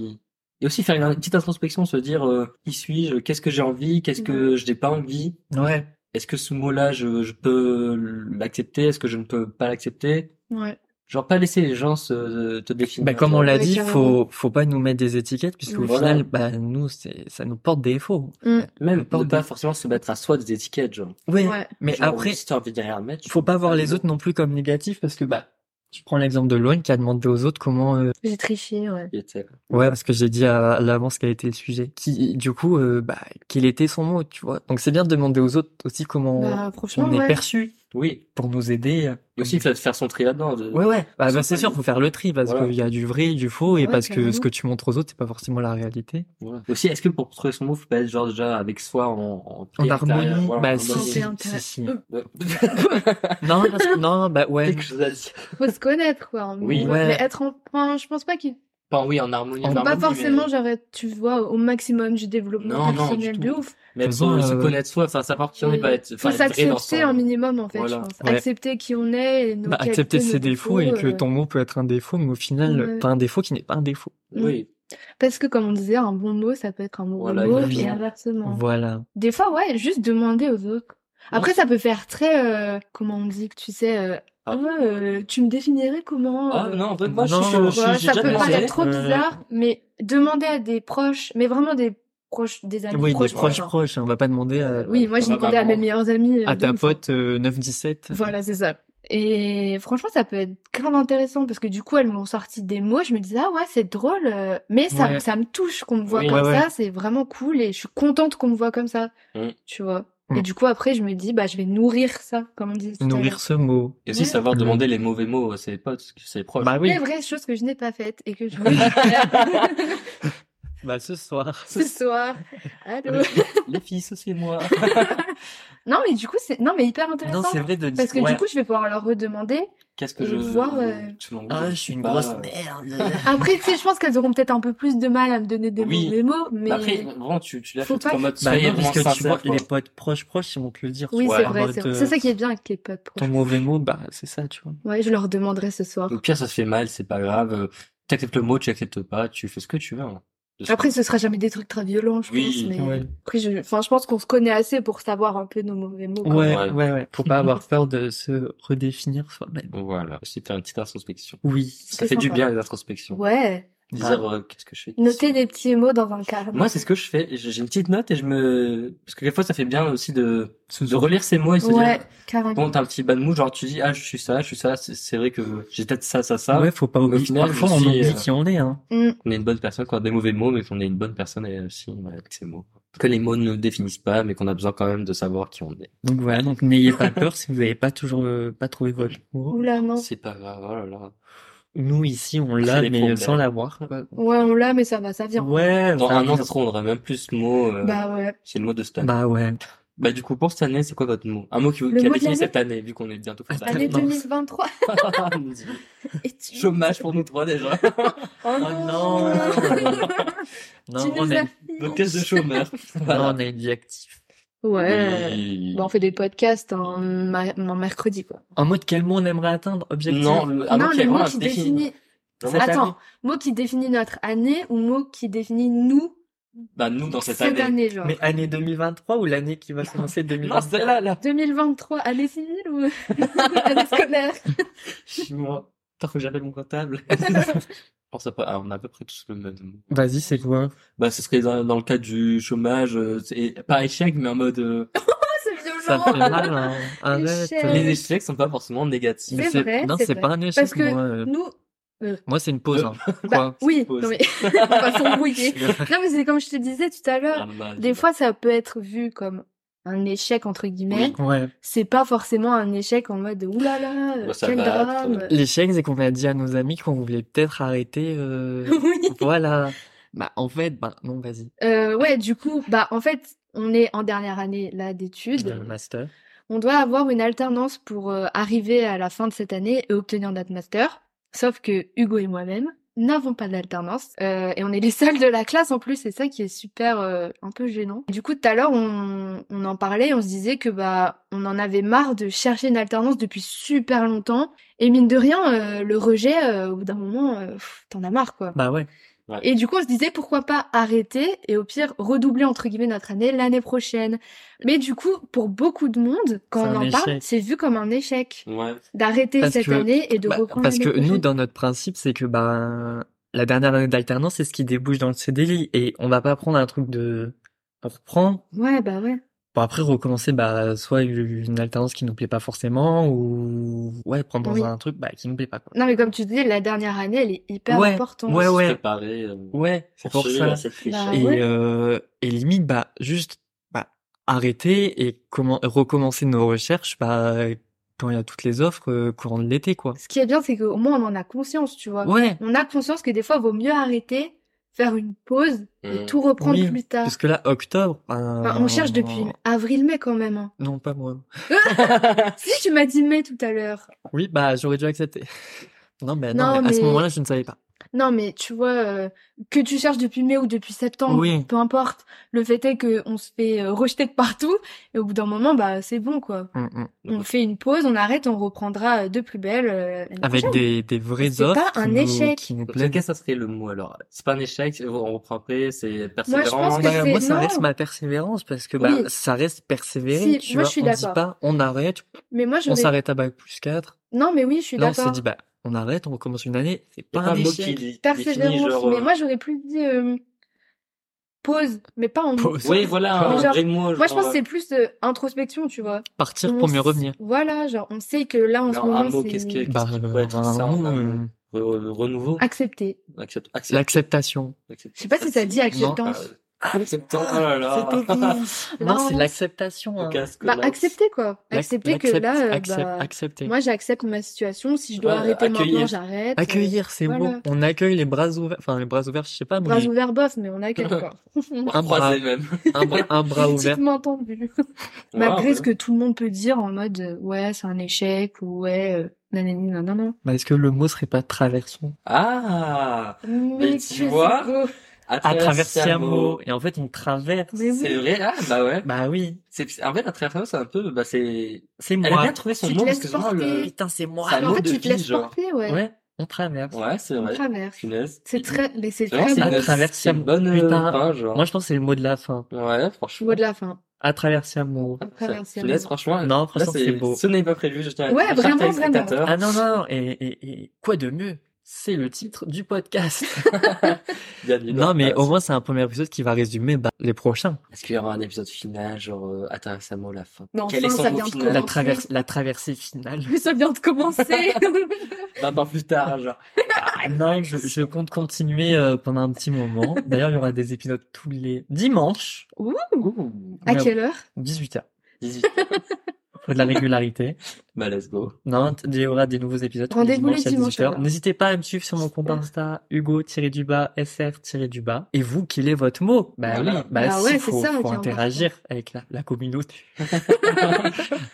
Et aussi faire une petite introspection, se dire, euh, qui suis-je? Qu'est-ce que j'ai envie? Qu'est-ce que je n'ai pas envie?
Ouais.
Est-ce que ce mot-là, je, je peux l'accepter? Est-ce que je ne peux pas l'accepter?
Ouais.
Genre, pas laisser les gens se, euh, te définir.
Bah, comme on l'a
Ouais,
dit,
carrément.
faut, faut pas nous mettre des étiquettes, puisqu'au
Voilà.
final, bah, nous, c'est, ça nous porte des défauts.
Mm.
Même
Porte
ne pas forcément se mettre à soi des étiquettes, genre.
Ouais.
Ouais.
Mais
Genre,
après,
si t'as envie d'y rien mettre,
faut pas
Ah,
voir les
carrément.
autres non plus comme négatifs, parce que, bah, je prends l'exemple de Loane qui a demandé aux autres comment, euh,
J'ai triché, ouais.
tu- tu-
ouais, parce que j'ai dit à, à l'avance quel était le sujet, qui, du coup, euh, bah, quel était son mot, tu vois. Donc, c'est bien de demander aux autres aussi comment
Bah
on
franchement
est
ouais.
perçu
Oui.
pour nous aider. euh,
Et aussi, faut faire son tri là-dedans. de-
Ouais, ouais. Bah,
Parce
bah,
que
c'est
ça,
sûr,
il-
faut faire le tri parce
Voilà.
qu'il y a du vrai et du faux et
Ouais,
parce que
carrément.
ce que tu montres aux autres, c'est pas forcément la réalité.
Voilà. Aussi, est-ce que pour trouver son mot, faut pas être genre déjà avec soi en, en paix
En
intérieure,
harmonie,
voilà, en
bah si,
harmonie.
si,
harmonie.
si,
[LAUGHS]
si.
Euh,
Ouais. [LAUGHS]
Non, parce que- non, bah ouais.
Quelque chose à dire.
Faut se connaître quoi. en
Oui.
gros.
Ouais.
Mais être en enfin, je pense pas qu'il
Enfin, oui, en harmonie.
En-
en
Pas
pas
harmonie,
forcément
mais-
genre être, tu vois au maximum du
Non,
développement
non, du
personnel
tout.
de ouf.
Mais être,
Faisons,
euh, se
euh,
connaître soi, enfin, savoir qui on est,
Mm.
pas être, enfin,
Faut
être vrai dans
s'accepter
son-
un minimum en fait,
Voilà.
je pense.
Ouais.
Accepter qui on est et nos
Bah, accepter
qualités,
ses
nos
défauts et que
euh,
ton mot peut être un défaut, mais au final,
Ouais.
t'as un défaut qui n'est pas un défaut.
Oui.
mm. Parce que comme on disait, un bon mot ça peut être un mauvais
Voilà,
mot et
exactement.
inversement.
Voilà.
Des fois ouais, juste demander aux autres. Après ça peut faire très euh, comment on dit, tu sais. euh,
Ah.
Ah, euh, tu me définirais comment
Ah,
euh,
non, en fait, moi, je
Non,
suis, je
Voilà,
suis- j'ai
Oh
déjà
ça peut
pensé.
paraître trop
Euh,
bizarre, mais demander à des proches, mais vraiment des proche des amis
Oui, des
proches.
proches
enfin.
proches, on va pas demander à,
Oui, moi, j'ai
Bah,
demandé à mes
maman.
meilleurs amis. euh,
à ta
d'une fois.
pote euh, 9-17.
Voilà, c'est ça. Et franchement, ça peut être grave intéressant parce que du coup, elles m'ont sorti des mots. Je me disais, ah ouais, c'est drôle, euh, mais ça,
Ouais.
ça me touche qu'on me voit
Oui.
comme
Ouais,
ça. C'est vraiment cool et je suis contente qu'on me voit comme ça.
Mm.
Tu vois.
Mm.
Et du coup, après, je me dis, bah, je vais nourrir ça, comme on dit. tout à
Nourrir
l'heure.
ce mot.
Et aussi
Ouais.
savoir demander les mauvais mots à ses potes, ses proches.
Bah oui,
Les vraies choses que je n'ai pas faites et
[LAUGHS]
que je voulais faire [LAUGHS]
bah ce soir.
ce soir. Allô.
les filles, c'est moi.
Non, mais du coup, c'est, non, mais hyper
Ah Non,
intéressant.
c'est vrai de dire.
Parce que
ouais.
du coup, je vais pouvoir leur redemander.
Qu'est-ce que
Et
je
voir, euh,
tu l'envoies.
Ah, je suis une
Bah,
grosse
euh,
merde.
Après, tu sais, je pense qu'elles auront peut-être un peu plus de mal à me donner des
Oui.
mauvais mots, mais.
bah Après, vraiment, tu, tu l'as
Faut
fait
pas-
en mode
Bah
soyez
non, parce
vraiment
que tu vois,
sincère. quoi.
les potes proches proches, ils vont te le dire.
Oui,
tu vois,
c'est
en
vrai.
mode,
C'est
euh,
c'est ça qui est bien avec les potes proches.
Ton mauvais mot, bah c'est ça, tu vois.
Ouais, je leur demanderai ce soir.
Au pire, ça se fait mal, c'est pas grave. euh, T'acceptes le mot, tu acceptes pas, tu fais ce que tu veux. hein. De ce-
Après, ce sera jamais des trucs très violents, je
Oui,
pense. Mais après, je, enfin, je pense qu'on se connaît assez pour savoir un peu nos mauvais mots. quoi.
Ouais,
Ouais.
ouais, ouais. Faut pas
[LAUGHS]
avoir peur de se redéfinir soi-même.
Voilà. C'était une petite introspection.
Oui.
Ça fait du
sympa.
bien, les introspections.
Ouais.
Bah,
Bah,
Dire, euh, qu'est-ce que je fais?
Noter des petits mots dans un carnet.
Moi, c'est ce que je fais. J'ai j'ai une petite note et je me, parce que des fois, ça fait bien aussi de, de relire ces mots et se
Ouais,
dire,
carrément.
bon, t'as un petit bas de mou, genre, tu dis, ah, je suis ça, je suis ça, c'est- c'est vrai que j'ai peut-être ça, ça, ça.
Ouais, faut pas
Au
oublier.
final,
Parfois,
je
on
suis,
oublie
euh,
qui on est, hein.
Mm.
qu'on est une bonne personne, qu'on a des mauvais mots, mais qu'on est une bonne personne euh, et aussi, ouais, avec ces mots. Que les mots ne nous définissent pas, mais qu'on a besoin quand même de savoir qui on est.
Donc voilà, donc n'ayez pas peur si vous n'avez pas toujours euh, pas trouvé votre mot.
Oula, non.
C'est pas grave, oh là là.
Nous ici, on
C'est
l'a,
les
mais
problèmes.
sans l'avoir. quoi.
Ouais, on l'a, mais ça va, ça vient.
Ouais.
Dans
ça
un an,
vient.
ça se trouve, on aurait même plus ce mot, euh,
Bah ouais.
c'est le mot de cette année. Bah,
Bah ouais.
du coup, pour cette année, c'est quoi votre mot? Un mot qui, vous-
Le
qui a
mot de
défini
l'année Ah,
cette année, vu qu'on est bientôt fin
Année
Tellement.
2023. [LAUGHS]
[LAUGHS] d'année.
Et tu-
Chômage pour nous trois, déjà.
[LAUGHS] Oh [LAUGHS]
non. Non,
Tu nous
on
as
est,
Notre caisse de chômeur.
[LAUGHS] non, on est dit actif.
Ouais.
Oui.
Bah, on fait des podcasts en, ma- en mercredi, quoi.
En mode quel mot on aimerait atteindre? Objectif.
Non, le, un
non,
mot qui
le
est
mot
vraiment
qui
défini.
définit.
Vraiment,
Cette
Attends,
année.
mot qui définit notre année ou mot qui définit nous
Bah, nous, dans cette,
cette
année.
année, genre.
Mais année 2023 ou l'année qui va commencer
Non,
2023?
c'est là, là.
2023, année civile ou [LAUGHS] année scolaire
Je suis mort. Tant que j'appelle mon [LAUGHS] comptable. Je pense à peu- ah, on a à peu près tous le même mot.
Vas-y, c'est quoi?
Bah, ce serait dans, dans le cadre du chômage, euh, c'est- pas échec, mais en mode, euh,
[LAUGHS] Oh, c'est
Ça
violent
fait mal, hein. Arrête.
Échec.
les échecs sont pas forcément négatifs.
Mais
C'est vrai,
non,
c'est
c'est
vrai.
pas un échec,
Parce que-
moi. euh,
Nous,
Moi, c'est une pause, hein.
bah
Quoi?
oui,
pause.
non mais, [LAUGHS] on
[LAUGHS]
va s'embrouiller. Non mais c'est comme je te disais tout à l'heure,
Ah,
des fois ça peut être vu comme un échec entre guillemets.
Oui.
Ouais.
C'est pas forcément un échec en mode oulala, euh,
Bah, ça
quel
va, [LAUGHS]
drame.
L'échec, c'est qu'on a dit à nos amis qu'on voulait peut-être arrêter, euh,
oui.
voilà. Bah, en fait, bah, non, vas-y.
Euh, ouais, du coup, bah en fait, on est en dernière année là d'études.
Le Euh, master.
On doit avoir une alternance pour euh, arriver à la fin de cette année et obtenir notre master. Sauf que Hugo et moi-même n'avons pas d'alternance euh, et on est les [LAUGHS] seuls de la classe en plus. C'est ça qui est super euh, un peu gênant. Du coup, tout à l'heure, on, on en parlait et on se disait que bah on en avait marre de chercher une alternance depuis super longtemps. Et mine de rien, euh, le rejet, euh, au bout d'un moment, euh, pff, t'en as marre quoi.
Bah ouais.
Et du coup, on se disait pourquoi pas arrêter et au pire redoubler entre guillemets notre année l'année prochaine. Mais du coup, pour beaucoup de monde, quand
C'est
on
un
en parle,
échec.
c'est vu comme un échec
euh, Ouais.
d'arrêter
Parce
cette
que-
année et de
Bah,
reprendre
parce que
l'année
nous,
prochaine.
dans notre principe, c'est que, bah, la dernière année d'alternance, c'est ce qui débouche dans le CDI. Et on va pas prendre un truc de, pour prendre,
Ouais, bah ouais.
pour après recommencer, bah, soit une alternance qui nous plaît pas forcément, ou, ouais, prendre dans
Oui.
un truc, bah, qui nous plaît pas, quoi.
Non, mais comme tu disais, la dernière année, elle est hyper
Ouais,
importante.
ouais,
se
ouais.
Préparer, euh,
Ouais, c'est pour
poursuivre
ça.
dans cette fiche.
Bah, Ah
Et,
ouais
euh, et limite, bah, juste bah, arrêter et comment, recommencer nos recherches bah, quand il y a toutes les offres euh, courant de l'été, quoi.
Ce qui est bien, c'est qu'au moins on en a conscience, tu vois.
Ouais,
On a conscience que des fois, il vaut mieux arrêter, faire une pause et
Mm.
tout reprendre
Oui,
plus tard.
parce que Ah. là, octobre... ben,
Enfin, on cherche depuis avril-mai quand même. hein.
Non, pas moi.
Si tu m'as dit mai tout à l'heure.
Oui, bah, j'aurais dû accepter. [LAUGHS] Non, mais, non,
Non,
mais à ce
mais-
moment-là, je ne savais pas.
Non, mais tu vois, euh, que tu cherches depuis mai ou depuis septembre,
Oui.
peu importe. Le fait est que on se fait euh, rejeter de partout et au bout d'un moment, bah c'est bon quoi.
Mm, mm.
On fait une pause, on arrête, on reprendra euh, de plus belle. euh, l'année
Avec
prochaine.
des, des vraies
C'est
offres
pas un
qui nous-
échec.
qui nous
Peut-être
plaisent.
que ça serait le mot alors. C'est pas un échec, c'est- on reprend après, c'est
Moi, je
persévérance.
pense que
Bah,
c'est-
moi, ça
non.
reste ma persévérance parce que bah,
Oui.
ça reste persévérer.
Si,
tu
moi,
vois.
je suis
on dit
d'accord.
pas on arrête,
Mais moi, je
on s'arrête à bac plus 4,
non, mais oui, je suis
Là, on s'est
d'accord.
dit, bah, on arrête, on recommence une année, c'est
Il y a
pas un
mot qui euh,
échec.
dé- définit
Persévérance.
genre,
Mais
euh,
moi, j'aurais plus dit euh, pause, mais pas en
Pause.
Oui, voilà,
Mais
un
genre,
vrai mot.
Moi, je pense que
genre,
c'est plus euh, introspection, tu vois.
Partir
On
pour mieux
s-
revenir.
Voilà, genre, on sait que là, en ce
Non, un
moment,
mot,
c'est
qu'est-ce que-
Bah,
qui
euh,
pourrait être ça en un mot
euh,
re- re- renouveau.
accepter.
Accepte, accepte,
l'acceptation.
accepte.
Je sais pas si ça dit acceptance. Ah,
Acceptant, oh là là.
Là,
Non, c'est
on-
l'acceptation. hein.
[LAUGHS] Le casque,
Bah,
là.
accepter, quoi.
L'ac-
Accepter que
l'accept-
là, euh,
accept-
bah,
accepter.
moi, j'accepte ma situation. Si je dois
Ouais,
arrêter maintenant,
accueillir.
j'arrête. Euh,
Ah, [LAUGHS] Accueillir, c'est
voilà.
beau. On accueille les bras ouverts. Enfin, les bras ouverts, je sais pas, mais
Euh, Bras ouverts, bof, mais on accueille, quoi.
un bras,
Croisé même.
un bras, un [LAUGHS] bras ouvert.
Petitement entendu. [LAUGHS] Malgré
Waouh.
ce que tout le monde peut dire en mode, euh, ouais, c'est un échec, ou ouais, euh, nanani, nanana.
Bah, est-ce que le mot serait pas traversons
Ah,
Mais
tu
que c'est
vois
beau.
À
Attraverser
traverser un
un
mot. Et en fait, on traverse.
Mais oui.
C'est vrai, ah, bah ouais.
Bah oui,
C'est, en fait, à travers c'est un peu, bah, c'est,
c'est
elle a
moi.
bien trouvé son
Tu te
nom, parce
laisses
que vraiment,
porter.
le,
Putain, c'est moi.
Ça Un
Mais en
mot
fait,
de
tu te
vie,
laisses
genre.
porter, ouais.
Ouais, on traverse.
ouais, c'est
On
vrai.
traverse.
Punaise.
C'est très, mais c'est
C'est vrai,
très
c'est
beau.
À
une,
travers
c'est une
Siam.
bonne, euh,
Putain.
fin, genre.
Moi, je pense que c'est le mot de la fin.
Ouais, franchement.
mot de la fin.
À traverser un mot.
Ah,
Après,
ça-
merci à
punaise,
vous.
franchement,
Non,
là,
franchement, Ah, c'est
c'est,
beau.
ce n'est pas prévu, je tiens à
Ouais,
dire,
vraiment,
chers téléspectateurs.
Ah non, non, et, et, et quoi de mieux C'est le titre du [LAUGHS] podcast.
Bienvenue dans
non, mais
la
au moins, Bah, c'est un premier épisode qui va résumer bah, les prochains.
Est-ce qu'il y aura un épisode final, genre, euh, attends, ça mot la fin?
Mais
Quel
enfin,
est son
ça
mot
vient de
final?
La,
Commencer.
traverse, la traversée finale.
Mais ça vient
[LAUGHS]
de commencer.
20 ans plus tard, genre.
[LAUGHS]
Ah,
Non, je, je compte continuer euh, pendant un petit moment. D'ailleurs, il y aura des épisodes tous les dimanches,
à quelle heure
18h.
18.
Faut de la régularité.
bah, let's go.
Non, t- il y aura des nouveaux épisodes tous les
Rendez-vous les
dimanches à
dimanches,
18h.
alors.
N'hésitez pas à me suivre sur mon compte Insta, hugo-duba, sr-duba. Et vous, quel est votre mot? Bah oui,
Voilà.
bah
Bah
si,
ouais, c'est
faut,
ça qui
faut
est important.
interagir avec la, la
[LAUGHS]
communauté.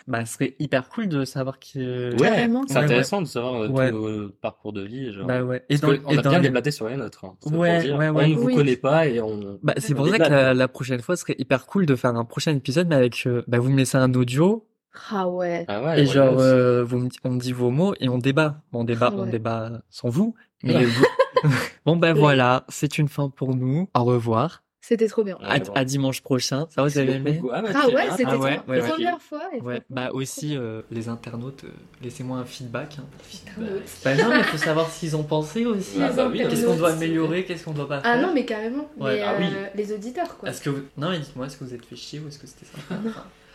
bah, ce serait hyper cool de savoir euh, que...
Ouais,
Carrément.
c'est
Ouais,
intéressant de savoir euh,
Ouais.
tous nos parcours de vie, genre.
Bah ouais. Et
Parce
dans,
que on
et
a
dans
bien
les-
débatté sur rien d'autre. hein. C'est
Ouais,
pour dire,
ouais, ouais.
On ne vous
Oui.
connaît pas et on.
Bah, c'est
on
pour ça que
débatte.
la, la prochaine fois, ce serait hyper cool de faire un prochain épisode, mais avec, euh, bah, vous me laissez un audio,
Ah ouais.
Ah ouais,
et
ouais,
genre,
ouais.
euh, vous me, di- on me dit vos mots, et on débat. Bon, on débat, on
Ouais.
débat sans
[LAUGHS]
vous, mais vous- [LAUGHS] Bon, ben voilà, c'est une fin pour nous. Au revoir.
C'était trop bien.
Ouais,
À,
bon.
à dimanche prochain. Ça va, vous avez aimé?
Ah ouais,
Ah
très
ouais,
bien.
c'était
Ah ouais,
trop
ouais, ouais.
première fois. et
Ouais,
franchement,
bah aussi, euh, les internautes, euh, laissez-moi un feedback. hein.
putain, l'autre.
Bah non, mais faut savoir ce qu'ils ont pensé aussi.
Ah bah oui,
Qu'est-ce qu'on doit améliorer, qu'est-ce qu'on doit pas faire?
Ah non, mais carrément.
Ouais, bah
mais,
ah
euh, Les auditeurs, quoi.
Est-ce que vous... Non, mais dites-moi, est-ce que vous êtes fait chier ou est-ce que c'était sympa?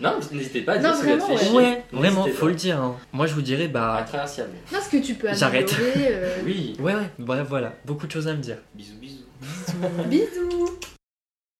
Non, n'hésitez pas à
Non,
dire si vous êtes
vraiment,
fait chier.
Ouais, vraiment,
N'hésitez
faut
pas.
le dire. hein. Moi, je vous dirais,
À
bah.
travers Siam.
Non, ce que tu peux
J'arrête. [LAUGHS]
améliorer. euh,
Oui.
Ouais, ouais. Bref, voilà. Beaucoup de choses à me dire.
Bisous, bisous.
Bisous.